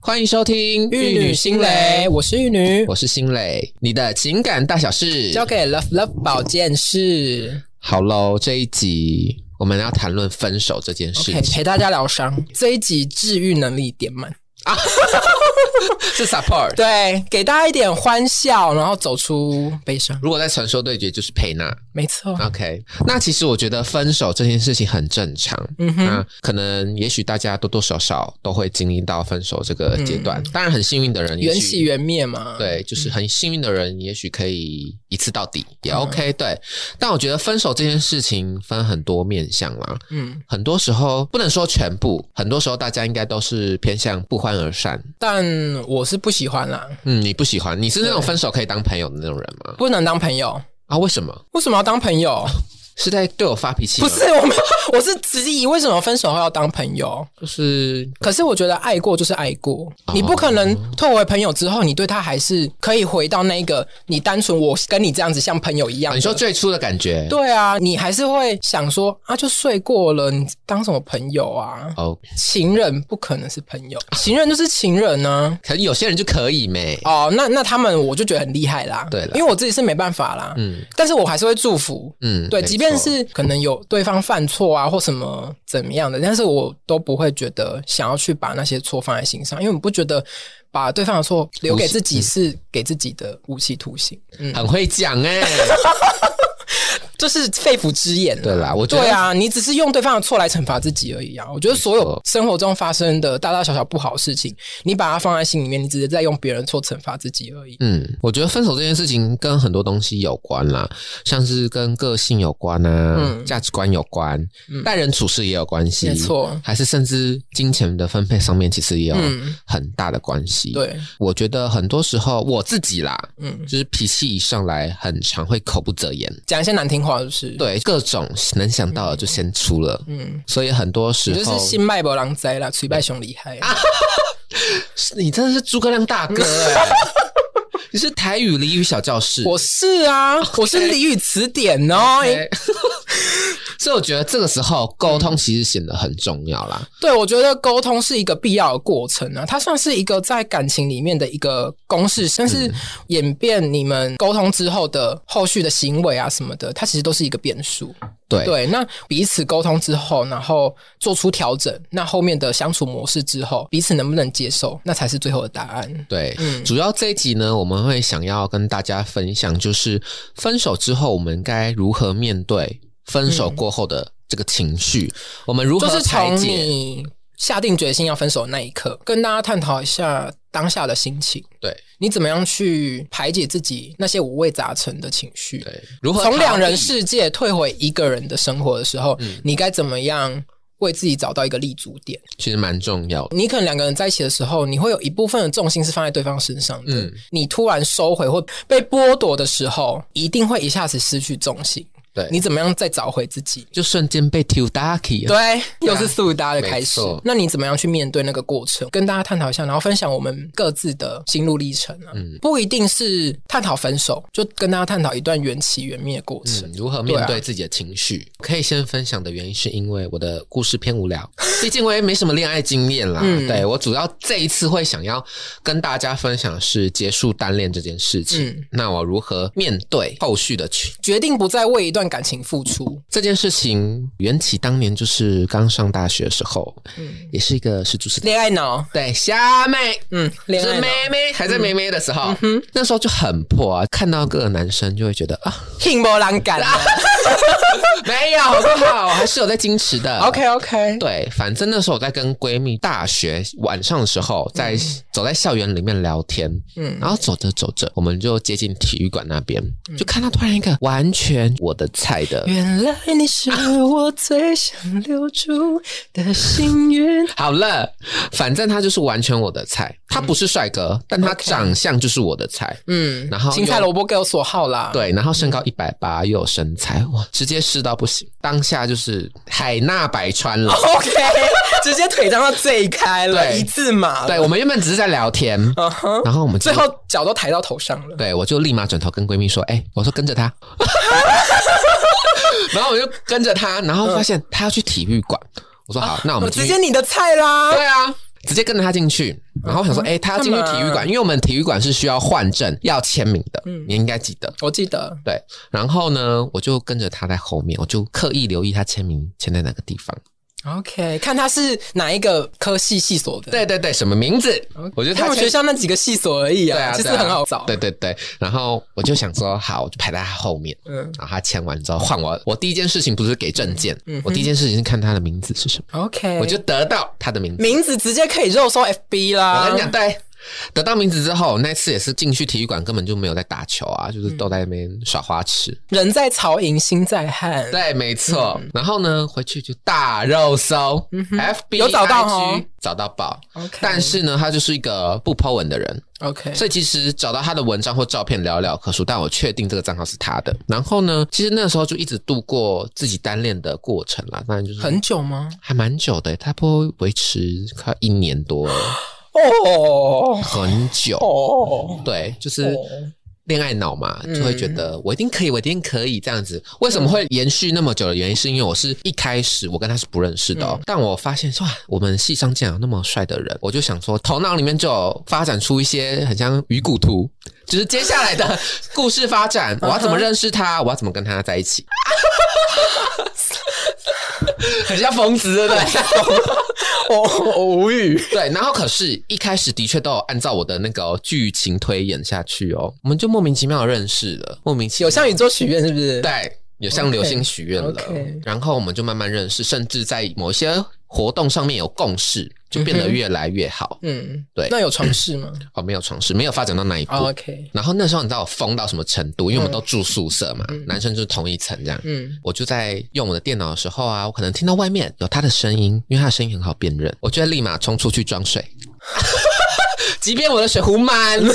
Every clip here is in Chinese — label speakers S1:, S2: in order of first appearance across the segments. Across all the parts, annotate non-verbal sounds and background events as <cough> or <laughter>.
S1: 欢迎收听《
S2: 玉女心蕾，我是玉女，
S1: 我是心蕾，你的情感大小事。
S2: 交给 Love Love 保健室
S1: 好喽，这一集我们要谈论分手这件事
S2: ，OK，
S1: 情
S2: 陪大家疗伤。这一集治愈能力点满，
S1: 是 support。
S2: 对，给大家一点欢笑，然后走出悲伤。
S1: 如果在传说对决，就是佩娜。
S2: 没错，
S1: OK，那其实我觉得分手这件事情很正常，
S2: 嗯哼，
S1: 那可能也许大家多多少少都会经历到分手这个阶段。当然，很幸运的人也
S2: 嗯缘
S1: 许
S2: 起缘灭嘛，，
S1: 对，就是很幸运的人，也许可以一次到底
S2: 嗯
S1: 也 OK、对，但我觉得分手这件事情分很多面向啦，
S2: 嗯，
S1: 很多时候不能说全部，很多时候大家应该都是偏向不欢而散。
S2: 但我是不喜欢啦，
S1: 嗯，你不喜欢，你是那种
S2: 对
S1: 分手可以当朋友的那种人吗？
S2: 不能当朋友。
S1: 啊，为什么？
S2: 为什么要当朋 <laughs> 友？
S1: 是在对我发脾气
S2: 不
S1: 吗？
S2: 是，我们我是质疑为什么分手后要当朋友。
S1: 就是
S2: 可是我觉得爱过就是爱过，
S1: 哦
S2: 你不可能退为朋友之后，你对他还是可以回到那个你单纯我跟你这样子像朋友一样
S1: 啊
S2: 的。
S1: 你说最初的感觉。
S2: 对啊，你还是会想说啊，就睡过了，你当什么朋友啊？
S1: 哦，
S2: 情人不可能是
S1: <laughs>
S2: 朋友，情人就是情人呢、
S1: 可能有些人就可以没。
S2: 哦，那那他们我就觉得很厉害啦，
S1: 对啦
S2: 因为我自己是没办法啦，
S1: 嗯
S2: 但是我还是会祝福，
S1: 嗯，
S2: 对，
S1: 没
S2: 即便
S1: 错
S2: 是可能有对方犯错啊，或什么怎么样的，但是我都不会觉得想要去把那些错放在心上，因为我不觉得把对方的错留给自己是给自己的无期徒刑，嗯，
S1: 很会讲
S2: <laughs>
S1: 哎、
S2: 这是肺腑之言、
S1: 对啦我觉得
S2: 对啊，你只是用对方的错来惩罚自己而已啊。我觉得所有生活中发生的大大小小不好的事情，你把它放在心里面，你只是在用别人的错惩罚自己而已。
S1: 嗯，我觉得分手这件事情跟很多东西有关啦，像是跟个性有关啊，
S2: 嗯
S1: 价值观有关，待人处事也有关系，
S2: 没错，
S1: 还是甚至金钱的分配上面，其实也有
S2: 嗯
S1: 很大的关系。，
S2: 对，
S1: 我觉得很多时候我自己啦，
S2: 嗯，
S1: 就是脾气一上来，很常会口不择言，
S2: 讲一些难听话就是，，
S1: 对各种能想到的就先出了，
S2: 嗯。
S1: 所以很多时
S2: 你就是
S1: 候
S2: 心脉博狼灾啦，嘴拜熊厉害啊！
S1: 你真的是诸葛亮大哥哎、
S2: <laughs>
S1: 你是台语俚语小教室，
S2: 我是啊我是俚语词典哦。 <laughs>
S1: 对，所以我觉得这个时候沟通其实显得很重要啦。
S2: 对，我觉得沟通是一个必要的过程啊，它算是一个在感情里面的一个公式，但是
S1: 嗯
S2: 演变你们沟通之后的后续的行为啊什么的，它其实都是一个变数。
S1: 对，
S2: 对，那彼此沟通之后，然后做出调整，那后面的相处模式之后，彼此能不能接受，那才是最后的答案。
S1: 对，
S2: 嗯
S1: 主要这一集呢，我们会想要跟大家分享，就是分手之后我们该如何面对分手过后的这个情绪，我们如
S2: 就
S1: 何
S2: 是
S1: 排
S2: 从
S1: 解？
S2: 你下定决心要分手的那一刻，跟大家探讨一下当下的心情。
S1: 对
S2: 你怎么样去排解自己那些五味杂陈的情绪？
S1: 对，如何
S2: 从两
S1: 逃避嗯
S2: 人世界退回一个人的生活的时候，你该怎么样为自己找到一个立足点？
S1: 其实蛮重要的。
S2: 你可能两个人在一起的时候，你会有一部分的重心是放在对方身上的。
S1: 嗯
S2: 你突然收回或被剥夺的时候，一定会一下子失去重心。
S1: 对，
S2: 你
S1: 你
S2: 怎么样再找回自己？
S1: 就瞬间被 t u d a k i
S2: 对，又是速搭的开
S1: 啊没
S2: 始
S1: 错。
S2: 那你怎么样去面对那个过程？跟大家探讨一下，然后分享我们各自的心路历程啊。
S1: 嗯
S2: 不一定是探讨分手，就跟大家探讨一段缘起缘灭的过程。啊
S1: 嗯，如何面对自己的情绪？可以先分享的原因是因为我的故事偏无
S2: <laughs>
S1: 聊，毕竟我也没什么恋爱经验啦。
S2: 嗯
S1: 对我主要这一次会想要跟大家分享是结束单恋这件事情，
S2: 嗯
S1: 那我如何面对后续的去
S2: 决定不再为一段感情付出，
S1: 这件事情？缘起当年就是刚上大学的时候，也是一个是主持
S2: 恋爱脑，
S1: 对虾妹。
S2: 嗯，
S1: 就
S2: 恋
S1: 是
S2: 爱脑，嗯
S1: 妹妹还在妹妹的时候，那时候就很破啊，看到各个男生就会觉得啊，
S2: 听波浪
S1: <laughs>
S2: 感啊。
S1: 没有好不好？还是有在矜持的。
S2: <laughs> OK OK，
S1: 对，反正那时候我在跟闺蜜大学晚上的时候，在、
S2: 嗯
S1: 走在校园里面聊天，嗯，然后走着走着，我们就接近体育馆那边，
S2: 嗯
S1: 就看到突然一个完全我的菜的。
S2: 原来你是我最想留住的幸运。
S1: 好了，反正他就是完全我的菜，他不是帅哥，但他
S2: OK
S1: 长相就是我的菜。
S2: 嗯，
S1: 然后
S2: 青菜嗯
S1: 又
S2: 萝卜各有所好啦。，
S1: 对，然后身高一百八，又有身材，哇，直接试到不
S2: 嗯
S1: 行，当下就是海纳百川
S2: <laughs>
S1: 了。
S2: OK，直接腿张到最开了，
S1: 对
S2: 一字马。
S1: 对，我们原本只是在聊天，
S2: 嗯哼，
S1: 然后我们就
S2: 最后脚都抬到头上了。哦
S1: 对，我就立马转头跟闺蜜说：“哎、我说跟着他。” <laughs> 然后我就跟着他，然后发现他要去体育馆。我说：“好，那我们
S2: 啊哦直
S1: 去。
S2: 接你的菜啦！
S1: 对啊，直接跟着他进去。然后我想说，
S2: 啊
S1: 哎、他要进去体育
S2: 干嘛
S1: 馆，因为我们体育馆是需要换证、要签名的，
S2: 嗯
S1: 你应该记得。
S2: 我记得
S1: 对，然后呢，我就跟着他在后面，我就刻意留意他签名签在哪个地方。
S2: ，OK，看他是哪一个科系系所的。
S1: 对对对，什么名字？我觉得
S2: 他
S1: 他
S2: 们
S1: 签
S2: 学校那几个系所而已
S1: 对
S2: 啊，
S1: 啊，
S2: 其实
S1: 对啊
S2: 很好找。
S1: 对对对，然后我就想说，好，我就排在他后面。
S2: 嗯
S1: 然后他签完之后换我，我第一件事情不是给证件，
S2: 嗯哼哎
S1: 我第一件事情是看他的名字是什么，
S2: ，OK，
S1: 我就得到他的名字。
S2: 名字直接可以肉搜 FB 啦。
S1: 我跟你讲，
S2: 哦
S1: 对，得到名字之后，那次也是进去体育馆根本就没有在打球啊，就是
S2: 嗯
S1: 都在那边耍花痴。
S2: 人在曹营心在汉。
S1: 对，没错。
S2: 嗯
S1: 然后呢，回去就大肉搜、f b
S2: 有找到哦
S1: IG 找到爆。
S2: OK
S1: 但是呢，他就是一个不 po 文的人，
S2: ，OK，
S1: 所以其实找到他的文章或照片寥寥可数，但我确定这个账号是他的。然后呢，其实那时候就一直度过自己单恋的过程啦，当然就是
S2: 很久吗？
S1: 还蛮久的，他不维持快一年多了，
S2: 哦
S1: 很久。
S2: 哦，
S1: 对，就是
S2: 哦嗯
S1: 恋爱脑嘛，就会觉得我一定可以，我一定可以这样子。为什么会延续那么久的原因，是因为我是一开始我跟他是不认识的、
S2: 嗯
S1: 哦，但我发现哇，我们系上竟然有那么帅的人，我就想说，头脑里面就有发展出一些很像鱼骨图，就是接下来的故事发展，我要
S2: 嗯
S1: 怎么认识他，我要怎么跟他在一起。 <laughs> 很像疯子，对不对？哦
S2: 我我无语。
S1: <laughs> 对，然后可是，一开始的确都有按照我的那个剧情推演下去哦，我们就莫名其妙地认识了，莫名其
S2: 有
S1: 妙
S2: 向宇宙许愿是不是？，
S1: 对，有向流星许愿了
S2: OK，OK
S1: 然后我们就慢慢认识，甚至在某一些活动上面有共识，就变得越来越好。
S2: 嗯，
S1: 对
S2: 那有床事吗
S1: 哦，没有尝试，没有发展到那一步。
S2: 哦？OK，
S1: 然后那时候你知道我疯到什么程度？因为我们都住宿舍嘛，男生就是同一层这样。
S2: 嗯，
S1: 我就在用我的电脑的时候啊，我可能听到外面有他的声音，因为他的声音很好辨认，我就会立马冲出去装水， <laughs> 即便我的水壶满了。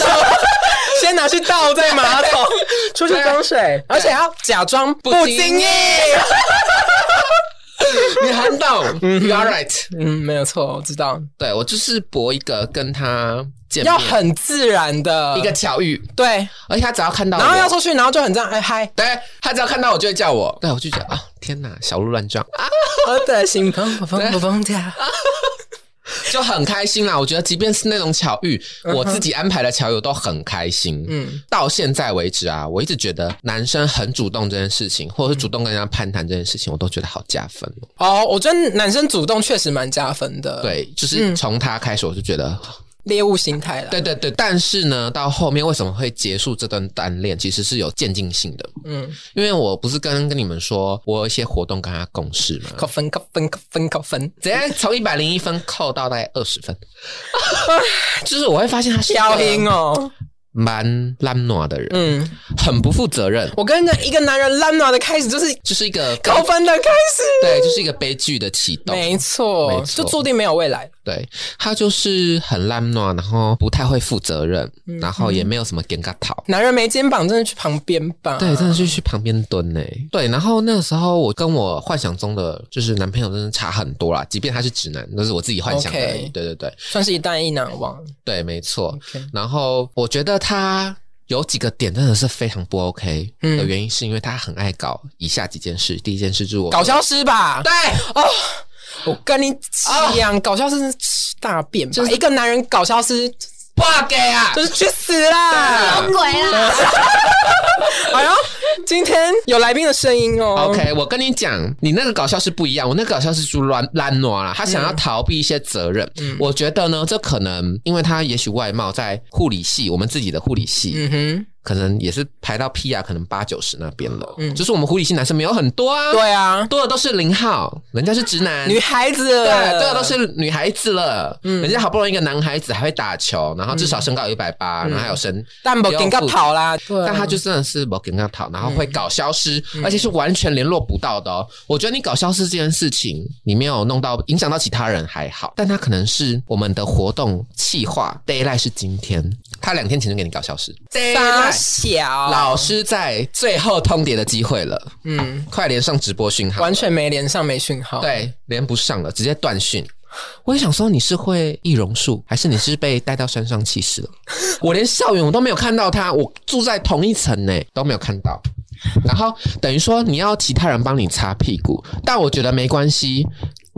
S2: <laughs> 先拿去倒在马桶， <laughs> 出去装水，而且要假装不经
S1: 经
S2: 意
S1: 意。你很懂，You are right。
S2: <laughs> 嗯，没有错，我知道，
S1: 对我就是博一个跟他见面
S2: 要很自然的
S1: 一个巧遇，
S2: 对，
S1: 而且他只要看到我，
S2: 然后要出去，然后就很这样，哎嗨，
S1: 对他只要看到我就会叫我，对我就觉得啊，天哪，小鹿乱撞啊，
S2: 我的心砰砰砰砰砰跳。
S1: 就很开心啦。我觉得即便是那种巧遇，我自己安排的巧友都很开心。
S2: 嗯
S1: 嗯，到现在为止啊，我一直觉得男生很主动这件事情，或者是主动跟人家攀谈这件事情，我都觉得好加分哦。
S2: <laughs> 哦，我觉得男生主动确实蛮加分的，，
S1: 对，
S2: 嗯
S1: 就是从他开始，我就觉得
S2: 猎物心态了。
S1: 对对对，但是呢，到后面为什么会结束这段单恋，其实是有渐进性的。
S2: 嗯，
S1: 因为我不是跟跟你们说，我有一些活动跟他共事嘛，
S2: 扣分，扣分，扣分，扣 <laughs> 分，
S1: 直接从一百零一分扣到大概二
S2: <laughs>
S1: 十分，就是我会发现他是一个
S2: 消音哦。
S1: 蛮懒惰的人，
S2: 嗯，
S1: 很不负责任，
S2: 我跟你讲，一个男人烂脑的开始就是
S1: 就是一个
S2: 高分的开始，
S1: 对，就是一个悲剧的启动。
S2: 没错，
S1: 没错
S2: 就注定没有未来。
S1: 对他就是很懒惰，然后不太会负责任，
S2: 嗯
S1: 然后也没有什么尴尬讨。
S2: 男人没肩膀，真的去旁边吧。
S1: 对，真的是去旁边蹲呢、对，然后那个时候我跟我幻想中的就是男朋友真的差很多啦，即便他是直男，都是我自己幻想的而已。
S2: OK
S1: 对对对
S2: 算是一代一难忘。
S1: 对，没错。
S2: OK，
S1: 然后我觉得他有几个点真的是非常不 OK
S2: 嗯
S1: 的原因，是因为他很爱搞以下几件事。第一件事就是我
S2: 搞消失吧。
S1: 对，
S2: 我跟你
S1: 啊
S2: 讲，搞消失是吃大便吧。一个男人搞消失
S1: 不给啊
S2: 就，是去死啦！
S3: 鬼啦！
S2: <laughs> 哎呦，今天有来宾的声音哦。
S1: OK，我跟你讲，你那个搞笑是不一样，我那个搞笑是猪乱乱挪啦，他想要逃避一些责任。
S2: 嗯
S1: 我觉得呢，这可能因为他也许外貌在护理系，我们自己的护理系，
S2: 嗯哼，
S1: 可能也是排到 P r 可能八九十那边了。就是我们护理系男生没有很多啊，，
S2: 嗯对啊，
S1: 多的都是零号，人家是直男。
S2: 女孩子，嗯
S1: 对，啊多的都是女孩子了。人家好不容易一个男孩子还会打球，然后至少身高一百八，然后还有身，
S2: 嗯但不给他跑啦。对啊嗯
S1: 但他就真的是没跟他讨，然后会搞消失，而且是完全联络不到的哦。我觉得你搞消失这件事情，你没有弄到影响到其他人还好，但他可能是我们的活动计划 d a y l i g h t 是今天，他两天前就给你搞消失 d a y l i g h
S2: 傻
S1: t
S2: 小，
S1: 老师在最后通牒的机会了，
S2: 嗯，
S1: 快连上直播讯号，
S2: 完全没连上，没讯号。，
S1: 对连不上了，直接断讯。我也想说，你是会易容术，还是你是被带到山上弃尸了？ <laughs> 我连校园我都没有看到他，我住在同一层呢、都没有看到。然后等于说你要其他人帮你擦屁股，但我觉得没关系，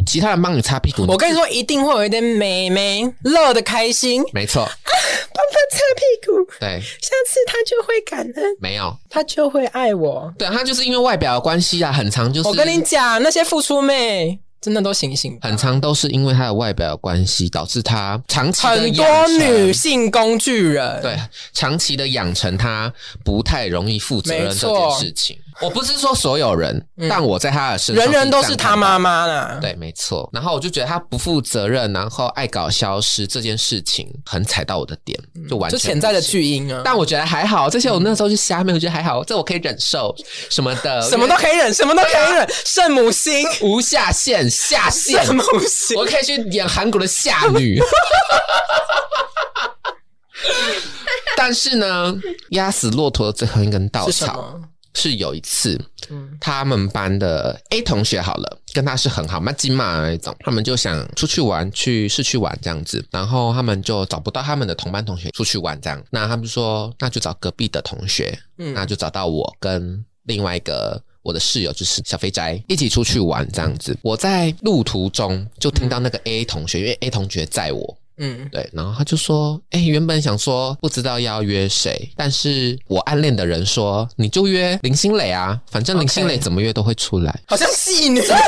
S1: 其他人帮你擦屁股，
S2: 我跟你说，一定会有一点美眉乐的开心，
S1: 没
S2: <laughs>
S1: 错，
S2: 帮他擦屁股，
S1: 对，
S2: 下次他就会感恩，
S1: 没有，
S2: 他就会爱我。
S1: 对他就是因为外表的关系啊，很长就是
S2: 我跟你讲，那些付出妹真的都醒醒吧，
S1: 很长都是因为他的外表的关系导致他长期的
S2: 很多
S1: 养成
S2: 女性工具人，
S1: 对，长期的养成他不太容易负责任
S2: 没
S1: 这
S2: 错
S1: 件事情。我不是说所有人，但我在他的身上
S2: 嗯人人都
S1: 这
S2: 是
S1: 样
S2: 他
S1: 看到
S2: 妈妈啦。
S1: 对，没错。然后我就觉得他不负责任，然后爱搞消失这件事情，很踩到我的点，就完
S2: 嗯就
S1: 全
S2: 潜在的
S1: 不行。
S2: 巨婴啊，
S1: 但我觉得还好，这些我那时候就瞎妹，我觉得还好，这我可以忍受什么的，
S2: <laughs> 什么都可以忍，什么都可以
S1: 啊
S2: 忍，圣
S1: <laughs>
S2: 母心，
S1: 无下限下
S2: <laughs>
S1: 限，
S2: 圣母心
S1: 我。可以去演韩国的夏女。
S2: <laughs>
S1: 但是呢，压死骆驼的最后一根稻
S2: 是什
S1: 草
S2: 么？
S1: 是有一次，
S2: 嗯
S1: 他们班的 A 同学好了，跟他是很好，蛮金马那一种，他们就想出去玩，去市区玩这样子，然后他们就找不到他们的同班同学出去玩这样，那他们就说那就找隔壁的同学，
S2: 嗯
S1: 那就找到我跟另外一个。我的室友就是小肥宅，一起出去玩这样子。我在路途中就听到那个 A 同学，因为 A 同学载我，
S2: 嗯，
S1: 对，然后他就说：“哎、原本想说不知道要约谁，但是我暗恋的人说你就约林心蕾啊，反正林心蕾
S2: OK
S1: 怎么约都会出来。 <laughs>
S2: 好像妓女，
S1: 啊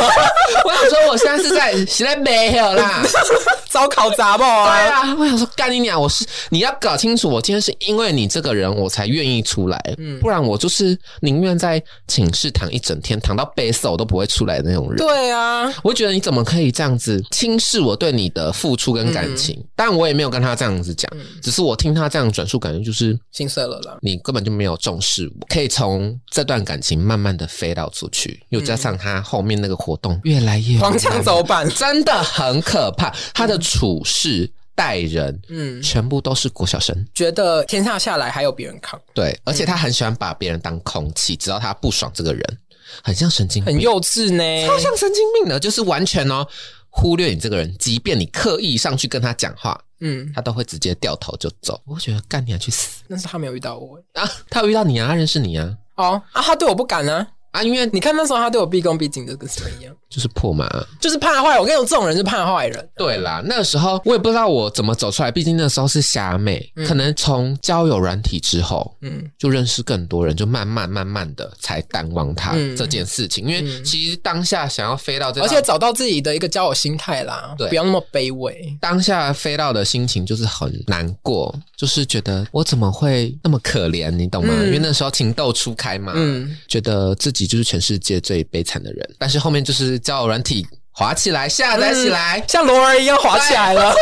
S1: 我想说我现在是在现在没有啦，
S2: <laughs> 糟考杂报
S1: 对
S2: 啊！
S1: 啊，我想说干你娘，我是你要搞清楚，我今天是因为你这个人我才愿意出来，
S2: 嗯
S1: 不然我就是宁愿在寝室躺一整天，躺到背死我都不会出来的那种人。
S2: 对啊，
S1: 我会觉得你怎么可以这样子轻视我对你的付出跟
S2: 嗯
S1: 感情？但我也没有跟他这样子讲，只是我听他这样转述，感觉就是
S2: 心碎了啦。
S1: 你根本就没有重视我。可以从这段感情慢慢的飞到出去，又加
S2: 嗯
S1: 上他后面那个活动越来越
S2: 黄腔走，板，
S1: 真的很可怕。他的处事待人，
S2: 嗯，
S1: 全部都是国小生。
S2: 觉得天下下来还有别人扛，
S1: 对，而
S2: 嗯
S1: 且他很喜欢把别人当空气，只要他不爽这个人，很像神经病
S2: 很。幼稚呢。
S1: 超像神经病的，就是完全哦忽略你这个人，即便你刻意上去跟他讲话，
S2: 嗯，
S1: 他都会直接掉头就走。我会觉得干你啊去死
S2: 但是他没有遇到我。
S1: 啊！他有遇到你啊，他认识你啊
S2: 哦啊，他对我不敢啊！
S1: 啊，因为你
S2: 你看那时候他对我毕恭毕敬的，跟什么一样？
S1: 就是破嘛。啊
S2: 就是怕坏。我跟你说，这种人是怕坏人。
S1: 对啦，那个时候我也不知道我怎么走出来，毕竟那时候是虾妹，可能从交友软体之后，
S2: 嗯，
S1: 就认识更多人，就慢慢慢慢的才淡忘他
S2: 嗯
S1: 这件事情。因为其实当下想要飞到这道，
S2: 而且找到自己的一个交友心态啦，
S1: 啊对
S2: 不要那么卑微。
S1: 当下飞到的心情就是很难过，就是觉得我怎么会那么可怜，你懂吗？
S2: 嗯
S1: 因为那时候情窦初开嘛，
S2: 嗯，
S1: 觉得自己就是全世界最悲惨的人。但是后面就是交友软体滑起来，下载起来，
S2: 像罗儿一样滑起来了，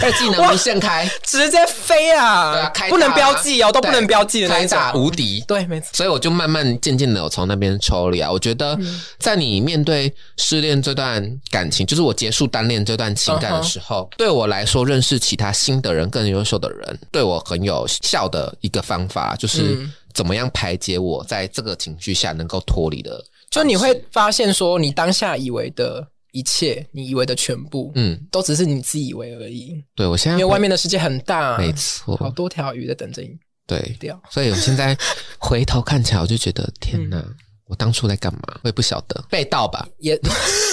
S1: 二技能无限开，
S2: <laughs> 直接飞
S1: 啊对
S2: 啊
S1: 啊开！大啊
S2: 不能标记哦，都不能标记的那
S1: 开
S2: 一种
S1: 打无敌。
S2: 对，没错。
S1: 所以我就慢慢渐渐的有从那边抽离啊。我觉得
S2: 嗯
S1: 在你面对失恋这段感情，就是我结束单恋这段情感的时
S2: 嗯
S1: 候对我来说，认识其他新的人、更优秀的人，对我很有效的一个方法，就是
S2: 嗯
S1: 怎么样排解我在这个情绪下能够脱离的。
S2: 就你会发现说，你当下以为的一切，你以为的全部，
S1: 嗯，
S2: 都只是你自以为而已。
S1: 对我现在
S2: 因为外面的世界很大，
S1: 没
S2: 好
S1: 错，
S2: 多条鱼在等着你
S1: 对，
S2: 钓。
S1: 所以我现在回头看起来，我就觉得
S2: 嗯
S1: 天哪。我当初在干嘛？我也不晓得，被盗吧？
S2: 也 <laughs>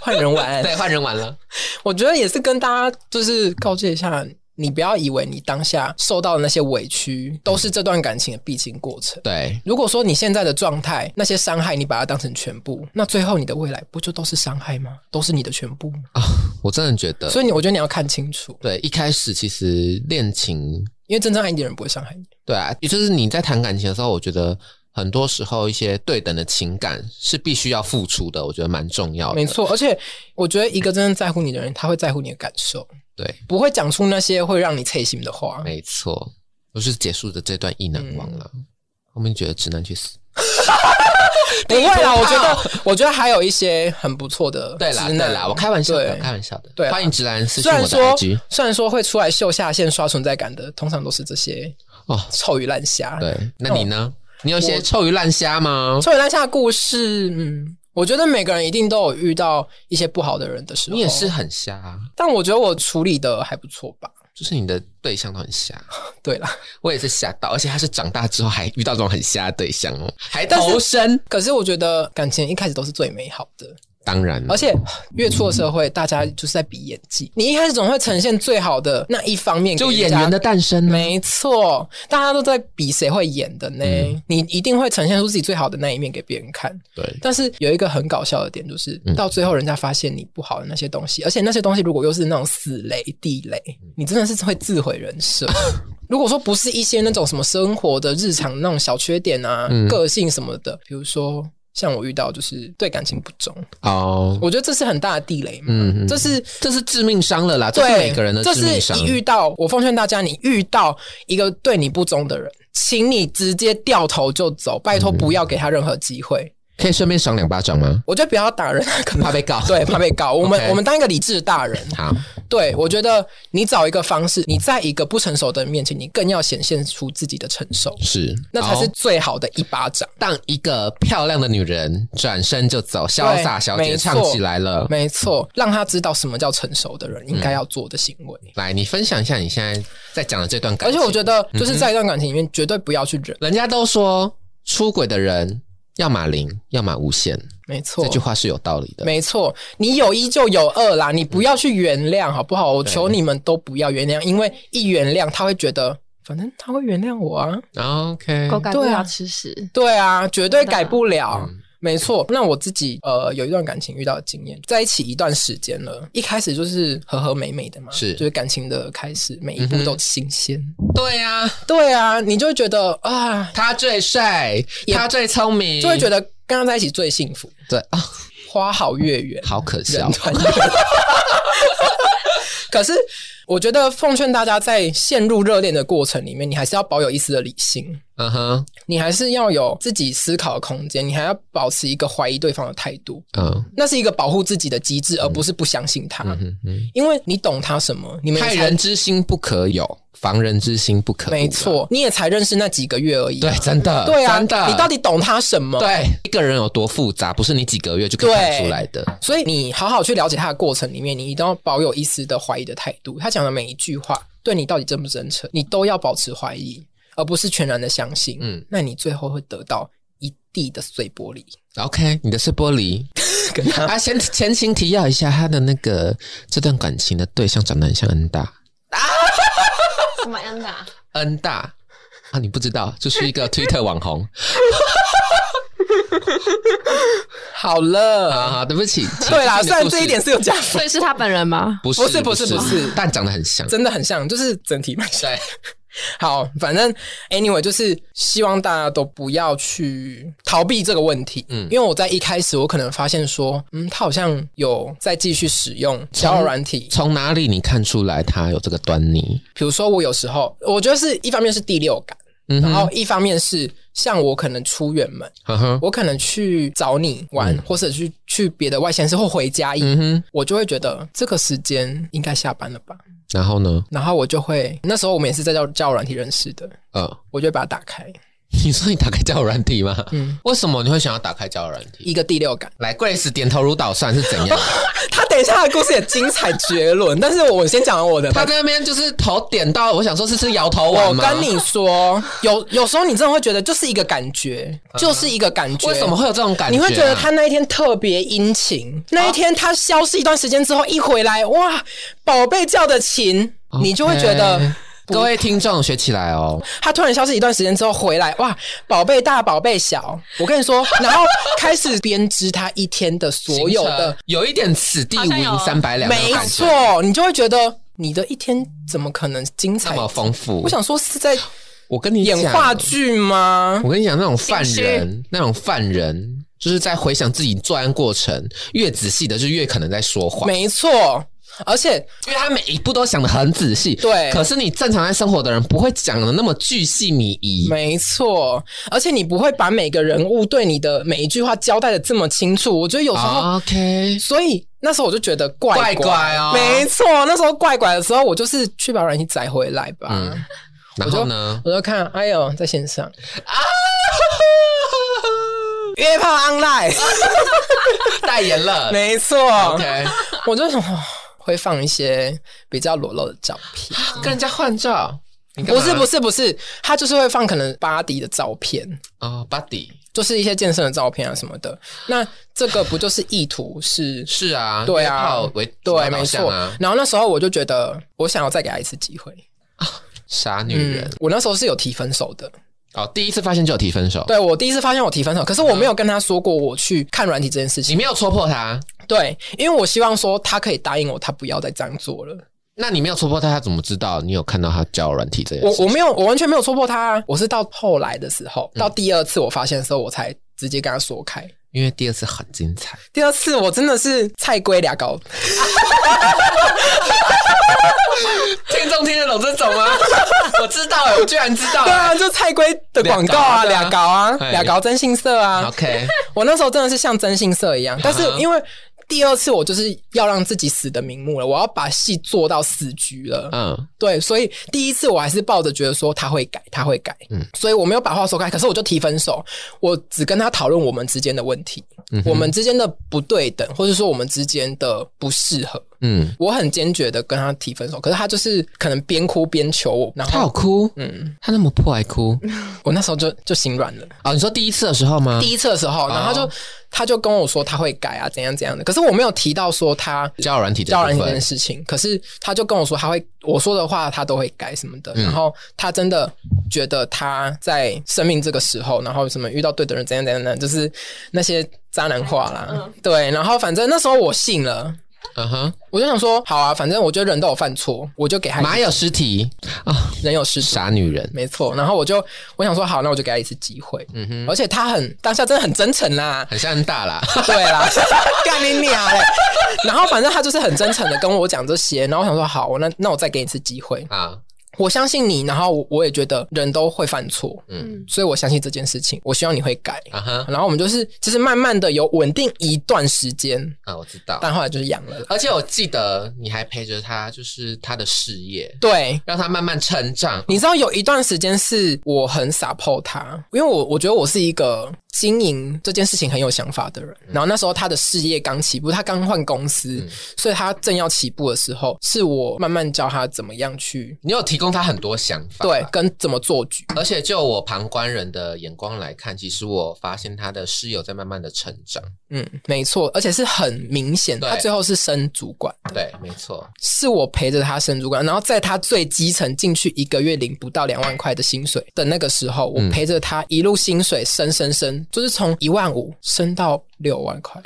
S2: 换人
S1: <laughs>
S2: 玩，
S1: 对，换人玩了。
S2: 我觉得也是跟大家就是告诫一下，你不要以为你当下受到的那些委屈都是这段感情的必经过程。
S1: 对，
S2: 如果说你现在的状态，那些伤害你把它当成全部，那最后你的未来不就都是伤害吗？都是你的全部吗？
S1: 我真的觉得，
S2: 所以你我觉得你要看清楚，
S1: 对，一开始其实恋情，
S2: 因为真正爱你的人不会伤害你。
S1: 对啊，也就是你在谈感情的时候，我觉得很多时候一些对等的情感是必须要付出的，我觉得蛮重要的。
S2: 没，错，而且我觉得一个真正在乎你的人，他会在乎你的感受，
S1: 对，
S2: 不会讲出那些会让你刺心的话。
S1: 没错，就是结束的这段意难忘了。
S2: 嗯
S1: 后面觉得直男去死，
S2: 不会啦，我觉 <laughs> 得，我觉得还有一些很不错的
S1: 对啦
S2: 直
S1: 对
S2: 男
S1: 啦，我开玩笑的，
S2: 对
S1: 开玩笑的。
S2: 对啦啊
S1: 欢迎直男私
S2: 虽
S1: 信我
S2: 然
S1: 的
S2: 说
S1: IG，
S2: 虽然说会出来秀下限、刷存在感的，通常都是这些
S1: 哦
S2: 臭鱼烂虾。，
S1: 对，那你呢？你有一些臭鱼烂虾吗？
S2: 臭鱼烂虾的故事，嗯，我觉得每个人一定都有遇到一些不好的人的时候。
S1: 你也是，很瞎、啊，
S2: 但我觉得我处理的还不错吧。
S1: 就是你的对象都很瞎。
S2: 对啦， <laughs>
S1: 我也是吓到，而且他是长大之后还遇到这种很瞎的对象哦，还
S2: 但是
S1: 投身。
S2: 可是我觉得感情一开始都是最美好的，
S1: 当然了
S2: 而，且越出了社会，大家就是在比演技。你一开始总会呈现最好的那一方面，
S1: 就演员的。诞生呢，
S2: 没错，大家都在比谁会演的呢。
S1: 嗯
S2: 你一定会呈现出自己最好的那一面给别人看。
S1: 对，
S2: 但是有一个很搞笑的点，就是、
S1: 嗯
S2: 到最后人家发现你不好的那些东西，而且那些东西如果又是那种死雷地雷，
S1: 嗯
S2: 你真的是会自毁人
S1: <laughs>
S2: 设。如果说不是一些那种什么生活的日常那种小缺点啊、
S1: 嗯
S2: 个性什么的，比如说像我遇到就是对感情不忠，
S1: 哦，
S2: 我觉得这是很大的地雷嘛。
S1: 嗯嗯
S2: 这是
S1: 这是致命伤了啦，这是
S2: 对
S1: 每个人的
S2: 这
S1: 致命
S2: 是
S1: 伤
S2: 你。遇到，我奉劝大家，你遇到一个对你不忠的人，请你直接掉头就走，拜
S1: 嗯
S2: 托不要给他任何机会。
S1: 可以顺便赏两巴掌 <laughs> 吗？
S2: 我觉得不要打人，啊可能
S1: 怕被告。
S2: <laughs> 对，怕被告。我们
S1: OK
S2: 我们当一个理智的大人，
S1: 好，
S2: 对我觉得你找一个方式，你在一个不成熟的人面前，你更要显现出自己的成熟，
S1: 是，
S2: 那才是
S1: 好
S2: 最好的一巴掌。
S1: 当一个漂亮的女人转身就走，潇洒小姐
S2: 没
S1: 唱
S2: 错
S1: 起来了。
S2: 没错，让他知道什么叫成熟的人应该要做的行为。
S1: 来，你分享一下你现在在讲的这段感
S2: 而且
S1: 情。
S2: 我觉得，就是在一段感情里面，绝对不要去忍。
S1: 人家都说出轨的人要么零，要么无限，
S2: 没错
S1: 这，句话是有道理的。
S2: 哦没错，你有一就有二啦，你不要去原谅，好不好？我
S1: 对
S2: 求你们都不要原谅，因为一原谅他会觉得，反正他会原谅我啊。
S1: OK，
S3: 狗改不
S2: 对啊
S3: 了吃屎，
S2: 对啊，绝对改不了。
S1: 嗯
S2: 没错，那我自己呃有一段感情遇到的经验，在一起一段时间了，一开始就是和和美美的嘛，
S1: 是
S2: 就是感情的开始，每一步都新鲜。
S1: 对呀、啊，
S2: 对啊，你就会觉得啊，
S1: 他最帅，
S2: 也
S1: 他最聪明，
S2: 就会觉得跟他在一起最幸福，
S1: 对啊，
S2: 花好月圆，
S1: 好可
S2: 人 <laughs>
S1: 笑。
S2: 团圆。可是，我觉得奉劝大家，在陷入热恋的过程里面，你还是要保有一丝的理性。
S1: 嗯哼，
S2: 你还是要有自己思考的空间，你还要保持一个怀疑对方的态度，
S1: 嗯
S2: 那是一个保护自己的机制，而不是不相信他，
S1: 嗯嗯，
S2: 因为你懂他什么，你们也
S1: 害
S2: 才
S1: 人之心不可有，防人之心不可无。啊
S2: 没，错，你也才认识那几个月而已、
S1: 对，真的，
S2: 对啊，
S1: 真的，
S2: 你到底懂他什么？，
S1: 对一个人有多复杂，不是你几个月就可以看出来的。
S2: 所以你好好去了解他的过程里面，你一定要保有一丝的怀疑的态度。他讲的每一句话，对你到底真不真诚，你都要保持怀疑，而不是全然的相信。
S1: 嗯
S2: 嗯，那你最后会得到一地的碎玻
S1: <laughs>
S2: 璃。
S1: OK，你的是玻璃
S2: 跟他
S1: 啊。先前情提要一下，他的那个这段感情的对象长得很像恩大，
S3: 什么安达？
S1: 恩大啊，你不知道，就是一个推特网红。 <laughs>
S2: 好了，
S1: 啊，好对不起，请
S2: 对啦，
S1: 继续
S2: 虽
S1: 你的故
S2: 然
S1: 事
S2: 这一点是有加分，
S3: <laughs> 所以是他本人吗？
S1: 不是
S2: 不是不是不是
S1: 但长得很像。
S2: 真的很像，就是整体蛮像。
S1: 对，
S2: <laughs> 好，反正 anyway，就是希望大家都不要去逃避这个问题。
S1: 嗯
S2: 嗯，因为我在一开始我可能发现说，嗯，他好像有在继续使用交友软体。
S1: 从哪里你看出来他有这个端倪？
S2: 比如说，我有时候我觉得是一方面是第六感，
S1: 嗯
S2: 然
S1: 哼，
S2: 后一方面是像我可能出远门，
S1: 呵呵，
S2: 我可能去找你玩，或者去去别的外县市或回家，
S1: 嗯哼，
S2: 我就会觉得这个时间应该下班了吧。
S1: 然后呢？
S2: 然后我就会，那时候我们也是在交交友软体认识的，
S1: 呃， <laughs>
S2: 我就会把它打开，
S1: 你说你打开交友软体吗？
S2: 嗯
S1: 为什么你会想要打开交友软体？
S2: 一个第六感。 <laughs>
S1: 来，Grace 点头如捣蒜是怎样？
S2: 他等一下的故事也精彩绝伦，但是我先讲完我的吧。
S1: 他在那边就是头点到，我想说是是摇头
S2: 我
S1: 丸吗？
S2: 跟你说，有有时候你真的会觉得就是一个感觉，就是一个感觉。
S1: 嗯为什么？会有这种感觉啊、啊
S2: 你会觉得他那一天特别殷勤，那一天他消失一段时间之后一回来，哇，宝贝叫的勤，你就会觉得
S1: OK 各位听众学起来哦，
S2: 他突然消失一段时间之后回来，哇，宝贝大，宝贝小，我跟你说，然后开始编织他一天的所有
S1: 行
S2: 的
S1: 程有一点此地无
S3: 好像有
S1: 银三百两，
S2: 没，错，你就会觉得你的一天怎么可能精
S1: 那
S2: 彩？
S1: 么丰富。
S2: 我想说是在
S1: 我跟你
S2: 演
S1: 讲
S2: 话剧吗？
S1: 我跟你讲，那种犯
S3: 心
S1: 人，那种犯人，就是在回想自己作案过程，越仔细的就越可能在说谎，
S2: 没错，而且
S1: 因为他每一步都想的很仔细。
S2: 对
S1: 可是你正常在生活的人不会讲的那么巨细靡遗。啊
S2: 没错，而且你不会把每个人物对你的每一句话交代的这么清楚。我觉得有时候，
S1: OK，
S2: 所以那时候我就觉得怪
S1: 啊怪
S2: 怪
S1: 怪哦
S2: 没错，那时候怪怪的时候，我就是去把软体载回来吧。
S1: 嗯然后呢？
S2: 我就看，哎呦，在线上啊，约炮 online，、
S1: <laughs> 代言了。
S2: 没错
S1: OK，
S2: 我就想哦会放一些比较裸露的照片。
S1: 跟人家换照，你干
S2: 不
S1: 嘛
S2: 是不是不是，他就是会放可能巴迪的照片，
S1: 啊，body
S2: 就是一些健身的照片啊什么的。那这个不就是意图
S1: <laughs>
S2: 是？
S1: 是啊，
S2: 对啊
S1: 约炮为
S2: 对，
S1: 导
S2: 没
S1: 向
S2: 错
S1: 啊。，
S2: 然后那时候我就觉得，我想要再给他一次机会。
S1: 傻女
S2: 嗯
S1: 人，
S2: 我那时候是有提分手的。
S1: 哦，第一次发现就有提分手，
S2: 对我第一次发现我提分手，可是我没有跟他说过我去看软体这件事
S1: 你
S2: 情。
S1: 没有戳破他，
S2: 对，因为我希望说他可以答应我，他不要再这样做了。
S1: 那你没有戳破他，他怎么知道你有看到他交友软体这件
S2: 我
S1: 事？
S2: 我没有，我完全没有戳破他、啊。我是到后来的时候，到第二次我发现的时候，我才直接跟他说开。
S1: 因为第二次很精彩，
S2: 第二次我真的是菜龟俩搞，
S1: 听众听得懂这种吗？ <laughs> 我知道哎，我居然知道
S2: 对啊，就菜龟的广告啊，
S1: 俩
S2: 俩
S1: 搞
S2: 搞啊，
S1: 哎
S2: 俩搞真性色啊。
S1: <laughs> OK，
S2: 我那时候真的是像真性色一样，但是因为第二次我就是要让自己死的瞑目了，我要把戏做到死局了。
S1: 嗯，
S2: 对，所以第一次我还是抱着觉得说他会改，他会改，嗯，所以我没有把话说开，可是我就提分手，我只跟他讨论我们之间的问题，我们之间的不对等，或者说我们之间的不适合，
S1: 嗯，
S2: 我很坚决的跟他提分手，可是他就是可能边哭边求我，然
S1: 他有
S2: 后
S1: 哭，
S2: 嗯，
S1: 他那么破还哭
S2: 我那时候就就心软了。
S1: 哦，你说第一次的时候吗
S2: 第？一次的时候，然后他就、他就跟我说他会改啊，怎样怎样的，可是我没有提到说他
S1: 交友软体这
S2: 教人
S1: 部
S2: 这件
S1: 分，
S2: 事情，可是他就跟我说他会我说的话他都会改什么的，然后他真的觉得他在生命这个时候，然后什么遇到对的人怎样怎样怎样，就是那些渣男话啦，
S3: 嗯
S2: 对，然后反正那时候我信了。
S1: 嗯哼，
S2: 我就想说，好啊，反正我觉得人都有犯错，我就给他一次
S1: 马有尸体，哦
S2: 人有失职，
S1: 傻女人，
S2: 没错。然后我就我想说，好，那我就给他一次机会。嗯哼，而且他很当下真的很真诚 <laughs> 啦，
S1: 很像大啦， <laughs>
S2: 对啦，干你娘嘞！ <laughs> 然后反正他就是很真诚的跟我讲这些，然后我想说好，那那我再给你一次机会，
S1: 啊，
S2: 我相信你，然后我我也觉得人都会犯错，
S1: 嗯
S3: 嗯，
S2: 所以我相信这件事情，我希望你会改。
S1: 啊哈，
S2: 然后我们就是就是慢慢的有稳定一段时间，
S1: 啊，我知道。
S2: 但后来就是养了啦。
S1: 而且我记得你还陪着他，就是他的事业，
S2: 对，
S1: 让他慢慢成长。
S2: 你知道有一段时间是我很傻泡他，因为我我觉得我是一个经营这件事情很有想法的人。然后那时候他的事业刚起步，他刚换公司，所以他正要起步的时候，是我慢慢教他怎么样去
S1: 你有提供他很多想法，
S2: 对跟怎么做局。
S1: 而且就我旁观人的眼光来看，其实我发现他的室友在慢慢的成长。
S2: 嗯，没错，而且是很明显，
S1: 对
S2: 他最后是升主管的，
S1: 对，没错，
S2: 是我陪着他升主管，然后在他最基层进去一个月领不到两万块的薪水的那个时候，我陪着他一路薪水升升升，就是从一万五升到六万块，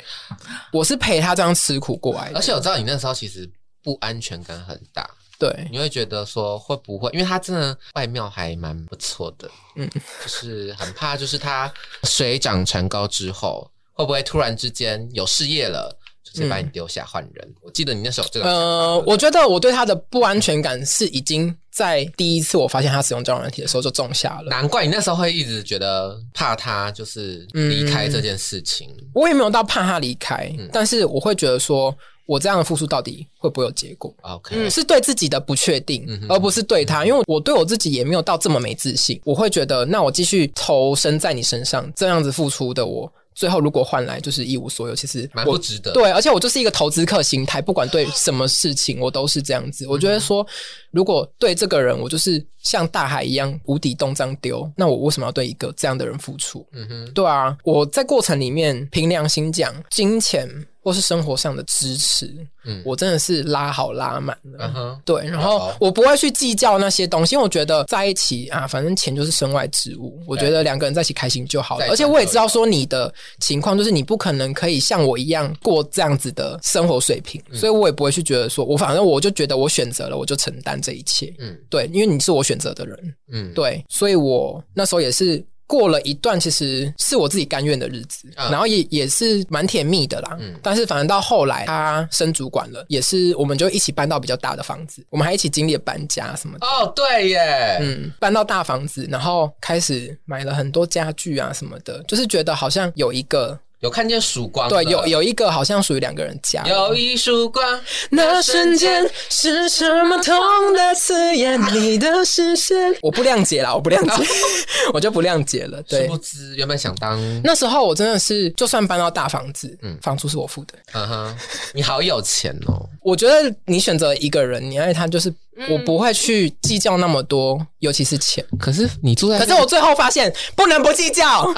S2: 我是陪他这样吃苦过来
S1: 而
S2: 的。
S1: 且我知道你那时候其实不安全感很大，
S2: 对，
S1: 你会觉得说会不会，因为他真的外貌还蛮不错的，嗯
S2: 嗯，
S1: <laughs> 就是很怕就是他水涨船高之后，会不会突然之间有事业了，就是把你丢下换人？我记得你那时候有这个想法，
S2: 嗯呃，我觉得我对他的不安全感是已经在第一次我发现他使用交友软体的时候就种下了。
S1: 难怪你那时候会一直觉得怕他就是离开
S2: 嗯
S1: 这件事情。
S2: 我也没有到怕他离开，但是我会觉得说，我这样的付出到底会不会有结果？
S1: OK，、
S3: 嗯
S2: 是对自己的不确定，
S1: 嗯
S2: 而不是对他，因为我对我自己也没有到这么没自信。我会觉得，那我继续投身在你身上，这样子付出的我，最后如果换来就是一无所有，其实
S1: 蛮不
S2: 我
S1: 值得。
S2: 对，而且我就是一个投资客心态，不管对什么事情，我都是这样子。我
S1: 嗯
S2: 觉得说，如果对这个人，我就是像大海一样无底洞这样丢，那我为什么要对一个这样的人付出？
S1: 嗯哼，
S2: 对啊，我在过程里面凭良心讲，金钱或是生活上的支持，
S1: 嗯
S2: 我真的是拉好拉满了。
S1: 嗯哼，
S2: 对，然
S1: 好
S2: 后我不会去计较那些东西，因为我觉得在一起啊，反正钱就是身外之物。我觉得两个人在一起开心就好
S1: 在。
S2: 了
S1: 一起
S2: 而且我也知道说你的情况，就是你不可能可以像我一样过这样子的生活水平，
S1: 嗯
S2: 所以我也不会去觉得说，我反正我就觉得我选择了，我就承担这一切。
S1: 嗯
S2: 对，因为你是我选择的人，
S1: 嗯，
S2: 对，所以我那时候也是。过了一段其实是我自己甘愿的日子，
S1: 嗯
S2: 然后也也是蛮甜蜜的啦。
S1: 嗯
S2: 但是反正到后来他升主管了，也是我们就一起搬到比较大的房子，我们还一起经历了搬家什么的。
S1: 哦，对耶，
S2: 嗯，搬到大房子，然后开始买了很多家具啊什么的，就是觉得好像有一个
S1: 有看见曙光了，
S2: 对，有有一个好像属于两个人家。
S1: 啊有一束光，
S2: 那瞬间是什么痛的刺眼你的
S1: <laughs>
S2: 视线？我不谅解啦，我不谅解， <laughs> 我就不谅解了。
S1: 殊
S2: 对
S1: 不，知原本想当，
S2: 那时候我真的是，就算搬到大房子，
S1: 嗯
S2: 房租是我付的。
S1: 嗯哼，你好有钱哦，
S2: 我觉得你选择一个人，你爱他就是我不会去计较那么多，尤其是钱。
S1: 可是你住在，
S2: 可是我最后发现不能不计
S1: <laughs>
S2: 较，因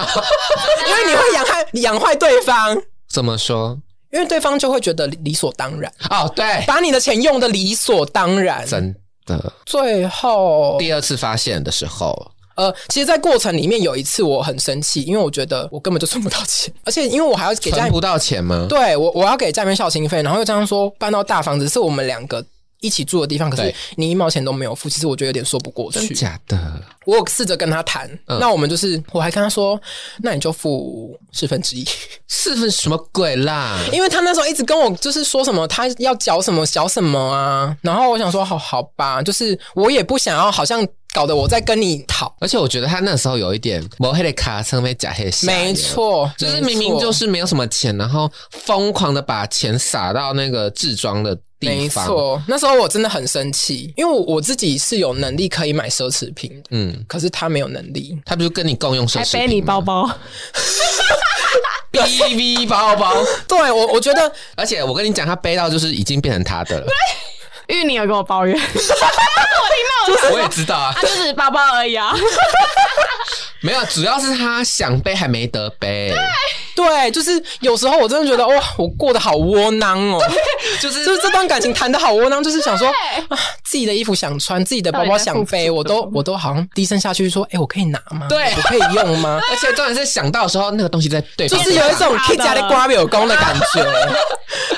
S2: 为你会养害养坏对方，
S1: 怎么说？
S2: 因为对方就会觉得理理所当然，
S1: 哦，对，
S2: 把你的钱用的理所当然。
S1: 真的。
S2: 最后，
S1: 第二次发现的时候，
S2: 呃，其实，在过程里面有一次我很生气，因为我觉得我根本就存不到钱，而且因为我还要给家
S1: 存
S2: 里，
S1: 不到钱吗？
S2: 对我我要给家里面孝心费，然后又这样说搬到大房子是我们两个。一起住的地方，可是
S1: 对
S2: 你一毛钱都没有付，其实我觉得有点说不过
S1: 真
S2: 去。
S1: 假的？
S2: 我有试着跟他谈，
S1: 嗯
S2: 那我们就是我还跟他说，那你就付四分之一， <laughs>
S1: 是不是什么鬼啦？
S2: 因为他那时候一直跟我就是说什么他要缴什么缴什么啊，然后我想说好好吧，就是我也不想要好像搞得我在跟你讨，
S1: 而且我觉得他那时候有一点抹黑的卡上面假黑，
S2: 没，错，
S1: 就是明明就是没有什么钱，然后疯狂的把钱撒到那个置装的地
S2: 没
S1: 方。
S2: 错，那时候我真的很生气，因为我我自己是有能力可以买奢侈品的，
S1: 嗯，
S2: 可是他没有能力，
S1: 他不是跟你共用奢
S3: 还
S1: 侈
S3: 背
S1: 品
S3: 你
S1: 吗 <laughs>
S3: 包包， <laughs>
S1: BV 包包，
S2: <laughs> 对我我觉得啊
S1: 而且我跟你讲，他背到就是已经变成他的了。
S3: 因为你有跟我抱
S4: <laughs>
S3: 怨，
S4: 啊
S1: 我也知道啊
S3: 啊，，就是包包而
S2: <laughs>
S3: 已啊。
S1: 没有，主要是他想背还没得背，
S2: 对，就是有时候我真的觉得哇，我过得好窝囊哦。
S1: 就是
S2: 就是这段感情谈的好窝囊，就是想说啊，自己的衣服想穿，自己的包包想背，我都我都好像低声下去说，哎、我可以拿吗？
S1: 对
S2: 我可以用吗？
S1: 而且重点是想到的时候，那个东西在对
S2: 就
S1: 方
S2: 是有一种
S3: 他的
S2: 可以加的瓜表公的感 <laughs> 觉。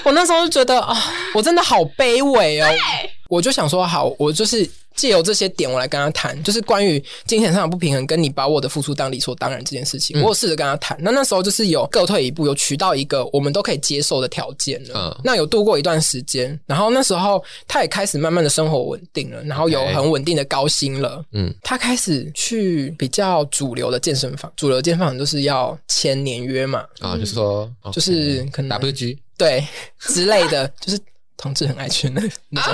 S2: 我那时候就觉得啊，我真的好卑微哦。我就想说，好，我就是借由这些点，我来跟他谈，就是关于金钱上的不平衡，跟你把我的付出当理所当然这件事情，我有试着跟他谈。那那时候就是有各退一步，有取到一个我们都可以接受的条件了。
S1: 嗯
S2: 那有度过一段时间，然后那时候他也开始慢慢的生活稳定了，然后有
S1: OK
S2: 很稳定的高薪了。
S1: 嗯
S2: 哎嗯，他开始去比较主流的健身房，主流健身房就是要签年约嘛，
S1: 啊，就说
S2: 嗯就是可能
S1: WG
S2: 对之类的， <laughs> 就是同志很爱去那那种，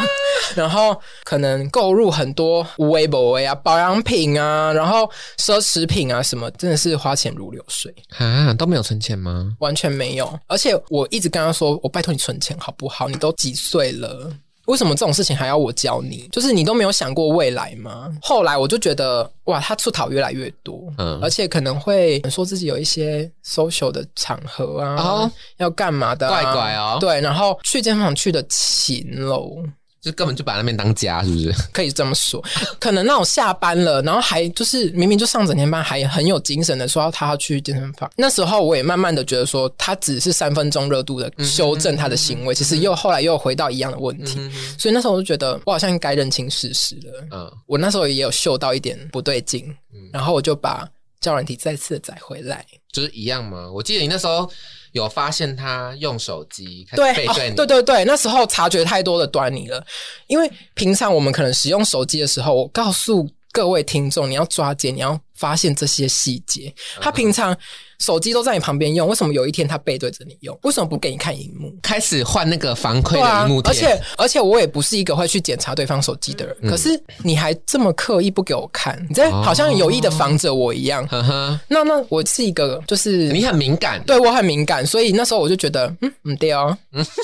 S2: 然后可能购入很多无微不微啊、保养品啊，然后奢侈品啊什么，真的是花钱如流水，
S1: 啊，都没有存钱吗？
S2: 完全没有。而且我一直跟他说，我拜托你存钱好不好？你都几岁了？为什么这种事情还要我教你？就是你都没有想过未来吗？后来我就觉得，哇，他出逃越来越多，
S1: 嗯
S2: 而且可能会说自己有一些 social 的场合啊，
S1: 哦
S2: 要干嘛的、啊，
S1: 怪怪哦
S2: 对，然后去健身房去的勤喽，
S1: 就根本就把那边当家，是不是？
S2: 可以这么说。 <laughs> 可能那种下班了，然后还就是明明就上整天班，还很有精神的说他要去健身房。那时候我也慢慢的觉得说，他只是三分钟热度的修正他的行为，其实又后来又回到一样的问题。所以那时候我就觉得，我好像该认清事实了。
S1: <laughs> 嗯，
S2: 我那时候也有嗅到一点不对劲，然后我就把教软体再次的载回来。
S1: 就是一样吗？我记得你那时候有发现他用手机开
S2: 对哦
S1: 始背对你，
S2: 对对对，那时候察觉太多的端倪了，因为平常我们可能使用手机的时候，我告诉各位听众，你要抓紧，你要发现这些细节。
S1: 嗯
S2: 他平常手机都在你旁边用，为什么有一天他背对着你用？为什么不给你看荧幕？
S1: 开始换那个防窥
S2: 对
S1: 的
S2: 啊
S1: 荧幕，贴，嗯
S2: 而且而且我也不是一个会去检查对方手机的人，可是你还这么刻意不给我看，你在
S1: 哦
S2: 好像有意的防着我一样。
S1: 呵呵，
S2: 那那我是一个就是
S1: 你很敏感，
S2: 对我很敏感，所以那时候我就觉得，嗯，嗯对哦，